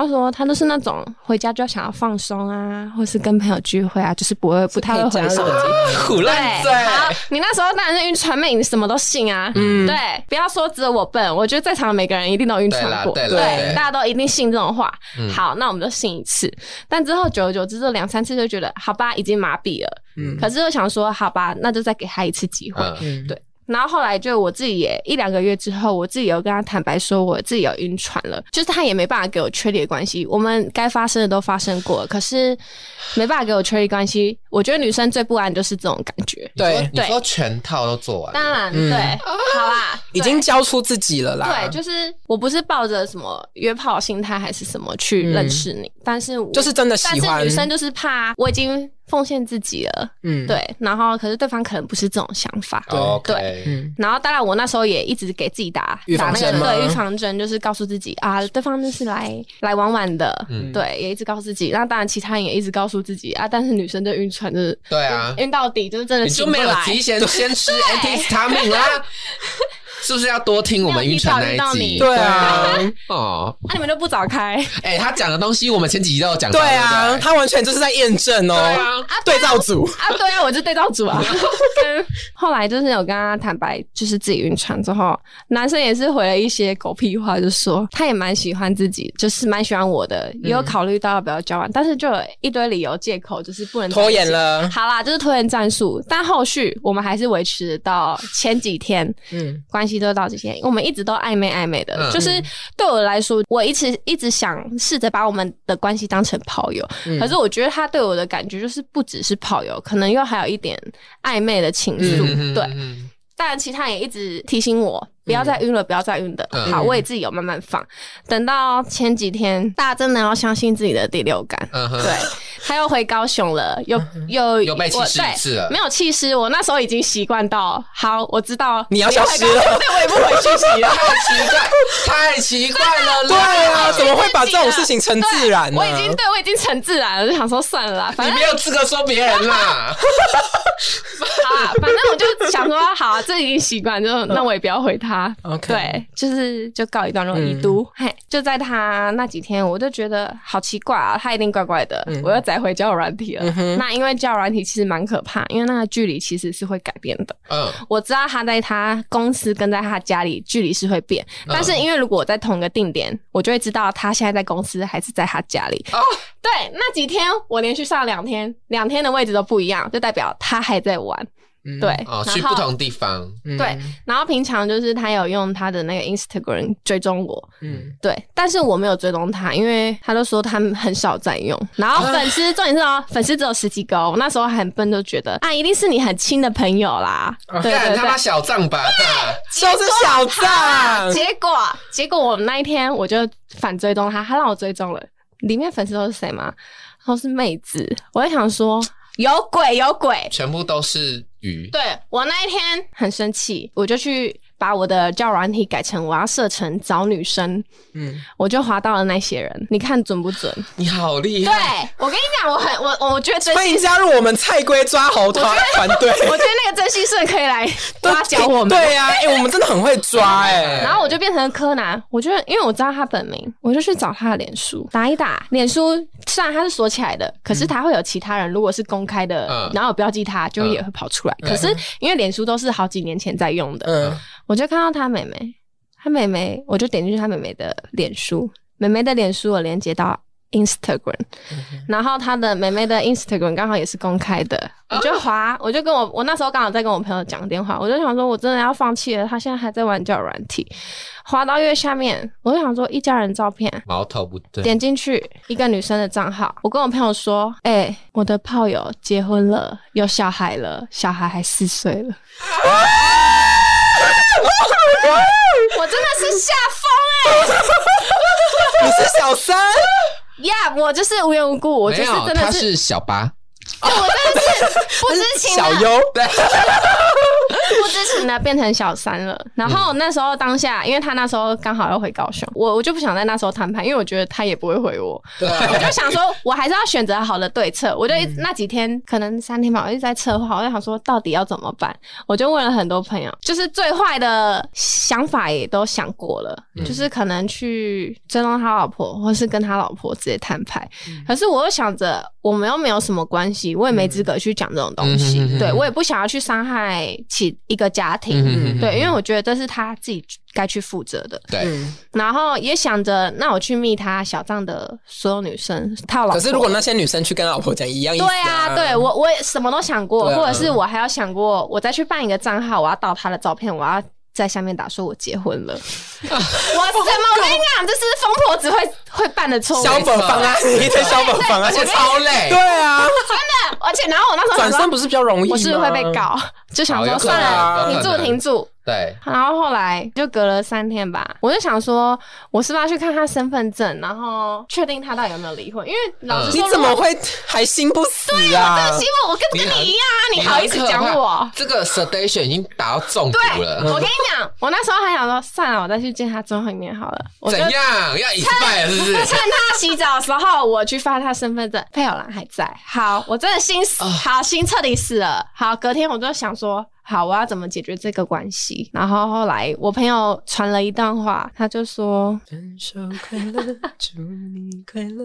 S3: 他说他都是那种回家就想要放松啊，或是跟朋友聚会啊，就是不会不太会
S2: 加
S3: 回手
S2: 手
S3: 机。
S2: 机，
S1: 苦
S3: 对，
S1: 烂嘴，
S3: 好，你那时候当然是晕船妹，你什么都信啊。
S2: 嗯
S3: 对，不要说只有我笨，我觉得在场的每个人一定都晕船过，
S1: 对啦
S2: 对啦对
S3: 大家都一定信这种话。
S1: 嗯
S3: 好，那我们就信一次，但之后久而久之，这两三次就觉得好吧，已经麻痹了。
S2: 嗯
S3: 可是又想说，好吧，那就再给他一次机会。
S1: 嗯，
S2: 嗯，
S3: 对然后后来就我自己也一两个月之后，我自己有跟他坦白说我自己有晕船了，就是他也没办法给我确立的关系，我们该发生的都发生过了，可是没办法给我确立关系。我觉得女生最不安就是这种感觉。
S2: 对，
S1: 你说全套都做完
S3: 当
S1: 了，
S3: 然，
S2: 嗯
S3: 对，好啦，
S2: 已经交出自己了啊啦，
S3: 对，就是我不是抱着什么约炮心态还是什么去认识你，但是我
S2: 嗯就是真的喜
S3: 但
S2: 欢
S3: 是女生就是怕我已经奉献自己了，
S2: 嗯，
S3: 对，然后可是对方可能不是这种想法，
S2: 对
S1: OK，
S2: 嗯，
S3: 然后当然，我那时候也一直给自己打
S2: 预防
S3: 打那
S2: 针
S3: 个
S2: 吗嗯
S3: 对预防针，就是告诉自己啊，对方就是来来玩玩的，
S1: 嗯
S3: 对，也一直告诉自己。那当然，其他人也一直告诉自己啊，但是女生就晕船，就是
S1: 对啊，
S3: 晕到底，就是真的
S1: 你
S3: 起
S1: 就
S3: 不
S1: 没有
S3: 来。
S1: 提前先吃 anti s t a m i n
S3: <laughs>
S1: 啦，是不是要多听我们晕船那一集？
S3: 没有提早遇到
S2: 对啊，
S1: 哦，
S3: 那、你们就不早
S1: <laughs>
S3: 开啊
S1: 哎，他讲的东西我们前几集都有讲到，
S2: 对
S1: 对
S2: 啊，
S1: 不对
S2: 他完全就是在验证
S1: 对
S2: 哦，
S1: 啊，
S2: 对照组，
S3: 啊？对啊，我就对照组
S1: <laughs>
S3: 啊。跟后来就是有跟他坦白，就是自己晕船之后，男生也是回了一些狗屁话，就说他也蛮喜欢自己，就是蛮喜欢我的，也
S1: 嗯
S3: 有考虑到要不要交往，但是就有一堆理由借口，就是不能在一
S2: 拖
S3: 起
S2: 延了，
S3: <laughs> 好啦，就是拖延战术，但后续我们还是维持到前几天，
S2: 嗯
S3: 关系都到这些，我们一直都暧昧暧昧的。
S1: 嗯
S3: 就是对我来说，我一直一直想试着把我们的关系当成炮友，
S2: 嗯
S3: 可是我觉得他对我的感觉就是不只是炮友，可能又还有一点暧昧的情
S1: 嗯
S3: 愫。对，
S1: 嗯
S3: 当然，其他人也一直提醒我不要再晕了，不要再晕的。
S1: 嗯
S3: 好，我也自己有慢慢放。等到前几天，大家真的要相信自己的第六感。
S1: 嗯哼
S3: 对，他又回高雄了，又
S2: 嗯
S3: 又
S1: 又被气
S3: 我
S1: 势
S3: 对
S1: 一次了
S3: 没有气势，我那时候已经习惯到，好，我知道
S2: 你要消失
S3: 我又回
S2: 了
S3: 高雄对，我也不回去息了。
S1: 嗯太奇怪，太奇怪了
S2: <laughs> 对
S1: 啦，
S2: 啊，怎么会把这种事情成自然呢？
S3: <laughs> 我已经对我已经成自然了，就想说算
S1: <laughs>
S3: 了啦，反
S1: 你
S3: 正
S1: 没有资格说别人啦，
S3: 好啦，反正我就想说，好、啊这已经习惯，就
S1: 嗯
S3: 那我也不要回他。
S2: OK
S3: 对，就是就告一段落，
S2: 嗯
S3: 已读。嘿，就在他那几天，我就觉得好奇怪啊，他一定怪怪的。
S2: 嗯
S3: 我又载回交友软体了。
S2: 嗯哼
S3: 那因为交友软体其实蛮可怕，因为那个距离其实是会改变的。
S1: 嗯，
S3: 我知道他在他公司跟在他家里距离是会变，
S1: 嗯
S3: 但是因为如果我在同一个定点，我就会知道他现在在公司还是在他家里。
S1: 哦
S3: 对，那几天我连续上两天，两天的位置都不一样，就代表他还在玩。
S2: 嗯
S3: 对，，
S1: 哦，
S3: 哎然
S1: 去
S3: 后
S1: 不同地方，
S2: 嗯
S3: 对，然后平常就是他有用他的那个 Instagram 追踪我，
S2: 嗯，
S3: 对，但是我没有追踪他，因为他都说他们很少在用。然后粉
S1: 啊
S3: 丝、重点是哦，粉丝只有十几个、哦，我那时候很笨，就觉得啊，一定是你很亲的朋友啦。对对
S1: 哦干
S3: 对
S1: 他。妈小账吧，
S2: 就是小账，
S3: 结果，结果我们那一天我就反追踪他，他让我追踪了。里面粉丝都是谁吗？都是妹子。我就想说，有鬼，有鬼。
S1: 全部都是鱼，
S3: 对我那一天很生气，我就去把我的交友软体改成我要设成找女生，
S2: 嗯，
S3: 我就滑到了那些人。你看准不准？
S1: 你好厉
S3: 对
S1: 害，
S3: 我跟你讲，我很我我我觉得真
S2: 欢
S3: 心
S2: 迎，加入我们菜龟抓猴团团队，
S3: <laughs> 我觉得那个真心社可
S2: <laughs>
S3: 以来挖角我们。
S2: 对呀，哎，我们真的很会抓哎，
S3: 然后我就变成柯南，我就因为我知道他本名，我就去找他的脸书打一打。脸书虽然他是锁起来的，可是他会有其他人，如果是公开的，
S1: 嗯
S3: 然后有标记他，就也会跑出来。可是因为脸书都是好几年前在用的，
S2: 嗯，
S3: 我就看到他妹妹，他妹妹，我就点进去他妹妹的脸书，妹妹的脸书我连接到 Instagram，、然后他的妹妹的 Instagram 刚好也是公开的，我就滑，我就跟我我那时候刚好在跟我朋友讲电话，我就想说我真的要放弃了，他现在还在玩交友软体，滑到越下面，我就想说一家人照片，
S1: 矛头不对，
S3: 点进去一个女生的账号，我跟我朋友说：“哎、我的炮友结婚了，有小孩了，小孩还四岁了。” <laughs> 我真的是吓疯哎！
S2: 你是小三，
S3: 呀我就是无缘无故，我
S1: 没
S3: 就是
S1: 有，
S3: 真
S1: 他
S3: 的是，
S1: 是小八， <laughs>
S3: 我真的是不知情
S2: 小
S3: 啊！
S2: 优，
S1: 对，
S3: 不知情的变成小三了。然后那时候当下，因为他那时候刚好要回高雄，我我就不想在那时候谈判，因为我觉得他也不会回我。
S2: 对
S1: 嗯
S2: 啊
S3: 我就想说，我还是要选择好的对策。我就一那几天，可能三天吧，我一直在策划，我就想说到底要怎么办。我就问了很多朋友，就是最坏的想法也都想过了，
S1: 嗯
S3: 就是可能去追踪他老婆，或是跟他老婆直接摊牌。
S1: 嗯
S3: 可是我又想着，我们又没有什么关系，我也没资格去讲这种东西。
S1: 嗯嗯嗯嗯嗯
S3: 对我也不想要去伤害起一个家庭。
S1: 嗯嗯嗯
S3: 对，因为我觉得这是他自己该去负责的。
S1: 对，
S2: 嗯，
S3: 然后也想着，那我去密他小账的所有女生，他有老婆
S2: 可是如果那些女生去跟老婆讲一样意思、
S3: 对
S2: 啊，
S3: 啊，对我我也什么都想过，
S2: 对啊
S3: 或者是我还要想过，我再去办一个账号，我要盗他的照片，我要。在下面打说我结婚
S2: <laughs>
S3: 了，我怎么我跟你讲，这是疯婆子会会办的错误。
S2: 小本方 <laughs> 案，你的小本方案，
S1: 而且超累
S2: 对，啊，
S3: 而且然后我那时候
S2: 转
S3: 想
S2: 身
S3: 说，
S2: 不是比啊较容易吗？
S3: 我是不是会被告？就想
S1: 好有
S3: 说
S1: 可能
S3: 算了，
S1: 有
S3: 停
S1: 可
S3: 住
S1: 能
S3: 停住，
S1: 对，
S3: 然后后来就隔了三天吧，我就想说，我是不是要去看他身份证，然后确定他到底有没有离婚？因为老
S2: 嗯
S3: 实
S2: 你
S3: 说，
S2: 怎么
S3: 如果
S2: 会还心不死啊？
S3: 希望我跟
S1: 你
S3: 跟
S1: 很
S3: 你一样啊？你好意思讲我？
S1: 这个 sedation 已经达到中毒
S3: 对，我
S1: 了，
S3: 跟你讲，我那时候还想说，算了，我再去见他最后一面好了。我就
S1: 怎样要一败是不
S3: <laughs>
S1: 是？
S3: 趁他洗澡的时候，我去发他身份证，配偶栏还在。好，我真的心死，
S1: 啊
S3: 好心彻底死了。好，隔天我就想说，好，我要怎么解决这个关系？然后后来我朋友传了一段话，他就说，
S2: 分手快乐，祝你快乐。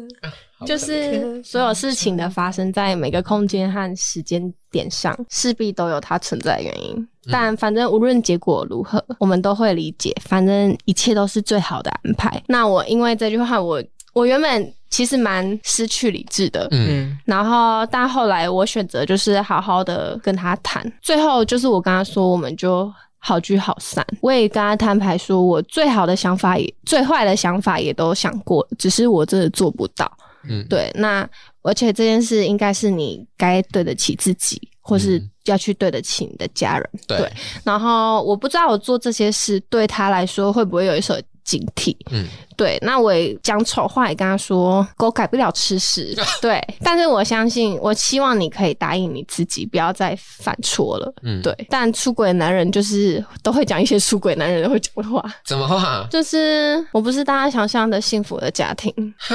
S3: 就是所有事情的发生在每个空间和时间点上，势必都有它存在的原因。但反正无论结果如何，我们都会理解，反正一切都是最好的安排。那我因为这句话，我我原本其实蛮失去理智的，
S1: 嗯，
S2: 嗯，
S3: 然后，但后来我选择就是好好的跟他谈，最后就是我跟他说，我们就好聚好散。我也跟他摊牌说，我最好的想法也最坏的想法也都想过，只是我真的做不到。
S1: 嗯
S3: 对，那而且这件事应该是你该对得起自己，或是
S1: 嗯
S3: 要去对得起你的家人。
S1: 对
S3: 对，然后我不知道我做这些事对他来说会不会有一手警惕。
S1: 嗯，
S3: 对，那我也讲丑话也跟他说，狗改不了
S1: <laughs>
S3: 吃屎。对，但是我相信，我希望你可以答应你自己，不要再犯错了。
S1: 嗯
S3: 对，但出轨的男人就是都会讲一些出轨男人会讲的话，
S1: 怎么话？
S3: 就是我不是大家想象的幸福的家庭、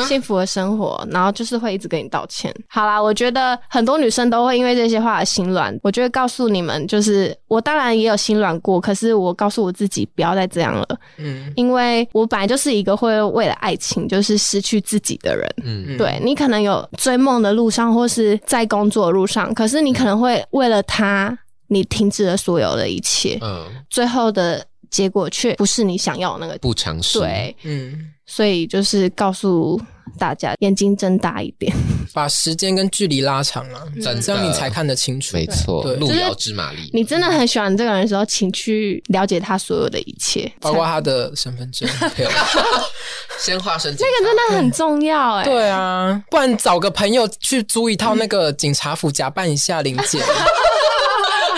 S3: 幸福的生活，然后就是会一直跟你道歉。好啦，我觉得很多女生都会因为这些话而心软。我就会告诉你们，就是我当然也有心软过，可是我告诉我自己不要再这样了，
S2: 嗯
S3: 因为我本来就是一个会为了爱情就是失去自己的人。
S1: 嗯，
S2: 嗯
S3: 对你可能有追梦的路上，或是在工作的路上，可是你可能会为了他，你停止了所有的一切，
S1: 嗯，
S3: 最后的结果却不是你想要的那个。
S1: 不尝试，
S3: 对，
S2: 嗯，
S3: 所以就是告诉大家，眼睛睁大一
S2: <laughs>
S3: 点。
S2: 把时间跟距离拉长了，
S1: 真的
S2: 这样你才看得清楚。
S1: 没错，
S2: 对
S1: 路遥知马力，
S3: 你真的很喜欢这个人的时候，请去了解他所有的一切，
S2: 包括他的身份 <laughs> 证。对
S1: 先化身
S3: 这个真的很重要哎、
S2: 对啊，不然找个朋友去租一套那个警察服，假扮一下林检。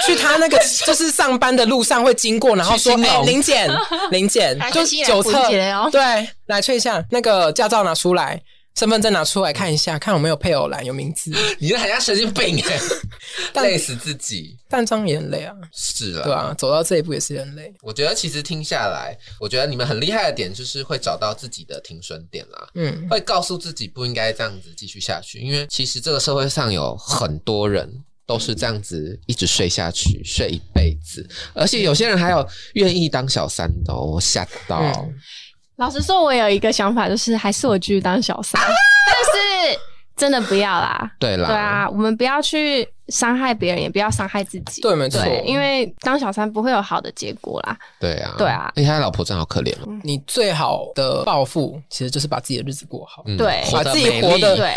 S2: 去他那个就是上班的路上会经过，然后说
S1: 去：“兴
S2: 哎、
S1: 隆
S2: 林检，林检，
S4: 来
S2: 就
S4: 去西来
S2: 酒
S4: 复
S2: 测
S4: 捷哦，
S2: 对，来催一下那个驾照拿出来，身份证拿出来看一下，看有没有配偶栏，有名字。
S1: 你这很像神经病
S3: <laughs>
S1: 哎，
S2: 但
S1: 累死自己
S2: 但这样也很累啊，
S1: 是啊，
S2: 对啊，走到这一步也是很累。
S1: 我觉得其实听下来，我觉得你们很厉害的点就是会找到自己的停损点啦，
S2: 嗯
S1: 会告诉自己不应该这样子继续下去，因为其实这个社会上有很多人。都是这样子一直睡下去，睡一辈子，而且有些人还有愿意当小三的、哦，我吓到。
S2: 嗯
S3: 老实说，我有一个想法，就是还是我继续当
S2: <laughs>
S3: 小三，但是真的不要啦。
S1: 对啦，
S3: 对啊，我们不要去伤害别人，也不要伤害自己。
S2: 对没错
S3: 对因为当小三不会有好的结果啦。
S1: 对啊，
S3: 对啊
S1: 而且他老婆真的好可怜哦，
S2: 你最好的报复其实就是把自己的日子过好，
S1: 嗯
S3: 对
S1: 活得
S2: 把自己
S1: 美
S2: 活得
S1: 丽
S3: 对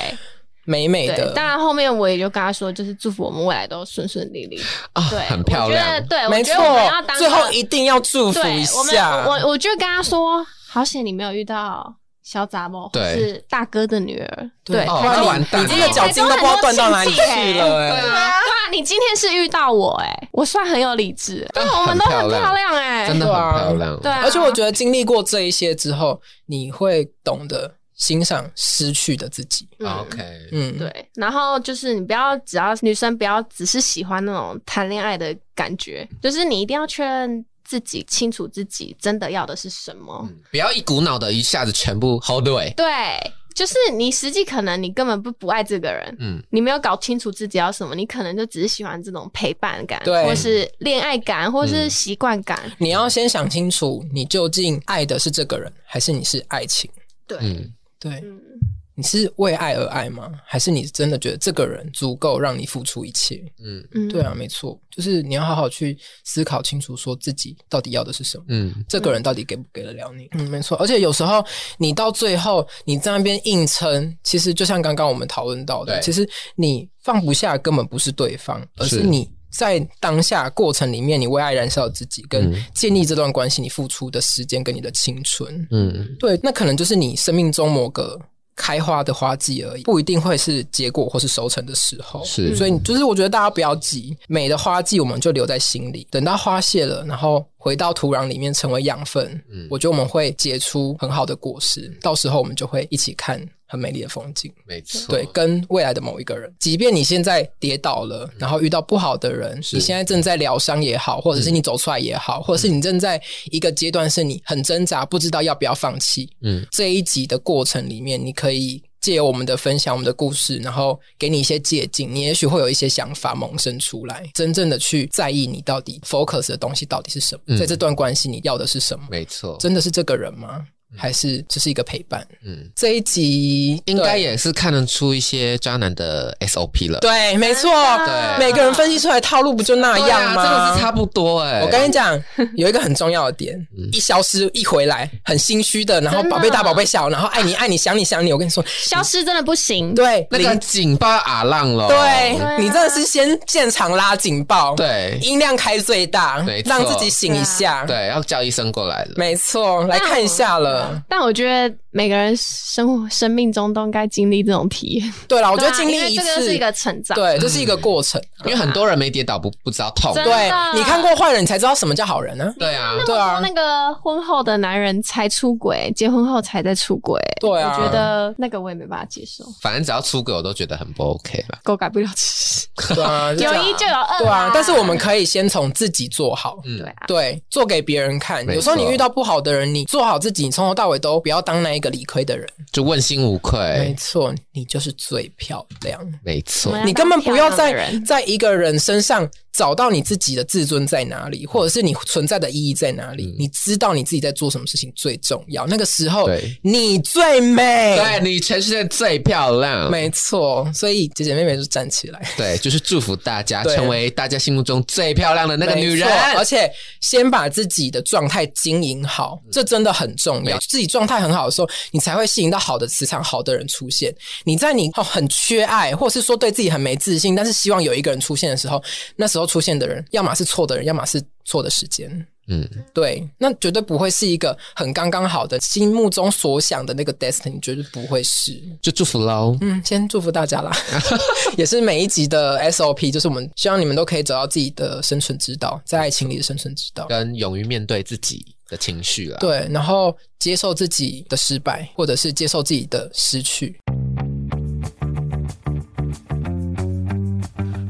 S2: 美美
S3: 对
S2: 的，。
S3: 当然后面我也就跟他说，就是祝福我们未来都顺顺利利。
S1: 啊，
S3: 对，
S1: 很漂
S3: 我觉
S1: 亮
S3: 得，对，
S2: 没
S3: 哎我觉
S2: 错
S3: 得我们要，当
S2: 最后
S3: 个
S2: 一定要祝福
S3: 对
S2: 一，
S3: 我们
S2: 下。
S3: 我我就跟他说，好险你没有遇到小杂毛，或
S1: 对
S3: 是大哥的女儿，
S2: 对
S3: 对。
S1: 哦，
S2: 不然
S1: 那完蛋
S2: 你
S1: 了，
S2: 这个脚筋都不知道断到哪里去了、
S1: 对
S2: 哎
S1: 啊
S3: 对啊，对啊你今天是遇到我哎、我算很有理智，对，我们都很漂亮
S2: <laughs>
S3: 哎、
S1: 真的很
S2: 对啊
S1: 漂亮，
S3: 对啊，
S2: 而且我觉得经历过这一些之后，你会懂得欣赏失去的自己。
S3: 嗯
S1: 哦 OK，
S2: 嗯，，
S3: 对，然后就是你不要，只要女生不要只是喜欢那种谈恋爱的感觉，就是你一定要确认自己清楚自己真的要的是什么。
S2: 嗯
S1: 嗯不要一股脑的一下子全部 hold 对，
S3: 对，就是你实际可能你根本不不爱这个人，
S1: 嗯，
S3: 你没有搞清楚自己要什么，你可能就只是喜欢这种陪伴感，
S2: 对嗯
S3: 或是恋爱感，或是习惯感。
S2: 你要先想清楚，你究竟爱的是这个人，还是你是爱情？
S3: 对，
S1: 嗯，
S2: 对，
S3: 嗯
S2: 你是为爱而爱吗？还是你真的觉得这个人足够让你付出一切？
S1: 嗯，
S3: 嗯
S2: 对，啊，没错，就是你要好好去思考清楚，说自己到底要的是什么。
S1: 嗯，
S2: 这个人到底给不给得了你？嗯，没错。而且有时候你到最后你在那边硬撑，其实就像刚刚我们讨论到的，
S1: 对
S2: 其实你放不下根本不是对方，而
S1: 是
S2: 是你在当下过程里面，你为爱燃烧的自己，跟
S1: 嗯
S2: 建立这段关系你付出的时间跟你的青春。
S1: 嗯，
S2: 对，那可能就是你生命中某个开花的花季而已，不一定会是结果或是收成的时候。
S1: 是
S2: 所以就是我觉得大家不要急，美的花季我们就留在心里，等到花谢了，然后回到土壤里面成为养分，
S1: 嗯
S2: 我觉得我们会结出很好的果实，到时候我们就会一起看。很美丽的风景，
S1: 没错，
S2: 对，跟未来的某一个人，即便你现在跌倒了，然后遇到不好的人，
S1: 嗯是嗯
S2: 你现在正在疗伤也好，或者是你走出来也好，或者是你正在一个阶段是你很挣扎，不知道要不要放弃，
S1: 嗯，
S2: 这一集的过程里面，你可以借由我们的分享、我们的故事，然后给你一些借鉴，你也许会有一些想法萌生出来，真正的去在意你到底 focus 的东西到底是什么，
S1: 嗯
S2: 在这段关系你要的是什么？
S1: 没错，
S2: 真的是这个人吗？还是只是一个陪伴？
S1: 嗯，
S2: 这一集
S1: 应该
S2: 对
S1: 也是看得出一些渣男的 SOP 了，
S2: 对，没错，
S1: 对
S2: 每个人分析出来的套路不就那
S1: 对
S2: 样
S1: 啊，
S2: 吗？
S1: 真的是差不多哎，
S2: 我跟你讲，有一个很重要的点，一消失一回来，很心虚的，然后
S3: 真的
S2: 宝贝大宝贝小，然后爱你爱你想你想你，我跟你说，
S3: 消失真的不行。
S2: 对，啊
S1: 那个警报阿浪了，
S2: 对、
S3: 啊
S2: 你真的是先现场拉警报，，
S1: 哦对
S2: 音量开最大
S1: 没，错
S2: 让自己醒一下，
S1: 对，啊要叫医生过来了，
S2: 没错，来看一下
S1: 嗯
S2: 了。
S3: 啊但我觉得每个人生活生命中都应该经历这种体验。
S2: 对了，我觉得
S3: 对啊
S2: 经
S3: 因为
S2: 历一
S3: 这个是
S2: 次
S3: 一，个成长。
S2: 对，这啊是一个过程。
S1: 因为很多人没跌倒不不知道痛，
S3: 真的
S2: 对你看过坏人，你才知道什么叫好人呢？
S1: 对啊，
S2: 对啊
S3: 那，个婚后的男人才出轨，结婚后才在出轨，
S2: 对啊，
S3: 我觉得那个我也没办法接受，
S1: 反正只要出轨我都觉得很不 OK 吧，
S3: 狗改不了吃屎，
S2: 对啊，
S3: 有
S2: 这样
S3: 一就有二、
S2: 对啊，但是我们可以先从自己做好。
S1: 嗯
S3: 对啊，
S2: 对，做给别人看。
S1: 没
S2: 有时候你
S1: 错
S2: 遇到不好的人，你做好自己，你从头到尾都不要当那一个理亏的人。
S1: 就问心无
S2: 没
S1: 愧，
S2: 错，你就是最漂亮。
S1: 没错
S3: 我，们
S2: 你根本不要
S3: 当漂亮的
S2: 在
S3: 人
S2: 在一个人身上找到你自己的自尊在哪
S3: 嗯
S2: 里，或者是你存在的意义在哪里。
S1: 嗯
S2: 你知道你自己在做什么事情最重要，那个时候
S1: 对
S2: 你最美。
S1: 对你全世界最漂亮，
S2: 没错。所以姐姐妹妹就站起来，
S1: 对，就是祝福大家
S2: 对
S1: 成为大家心目中最漂亮的那个女人
S2: 没。错而且先把自己的状态经营好，这真的很重要。自己状态很好的时候，你才会吸引到好的磁场、好的人出现。你在你哦很缺爱，或是说对自己很没自信，但是希望有一个人出现的时候，那时候出现的人，要么是错的人，要么是错的时间。
S1: 嗯，
S2: 对，那绝对不会是一个很刚刚好的，心目中所想的那个 destiny，绝对不会是。
S1: 就祝福喽。
S2: 嗯，先祝福大
S1: <laughs>
S2: 家啦，也是每一集的 SOP，就是我们希望你们都可以找到自己的生存之道，在爱情里的生存之道。
S1: 跟勇于面对自己的情绪啦。，
S2: 对，然后接受自己的失败，或者是接受自己的失去。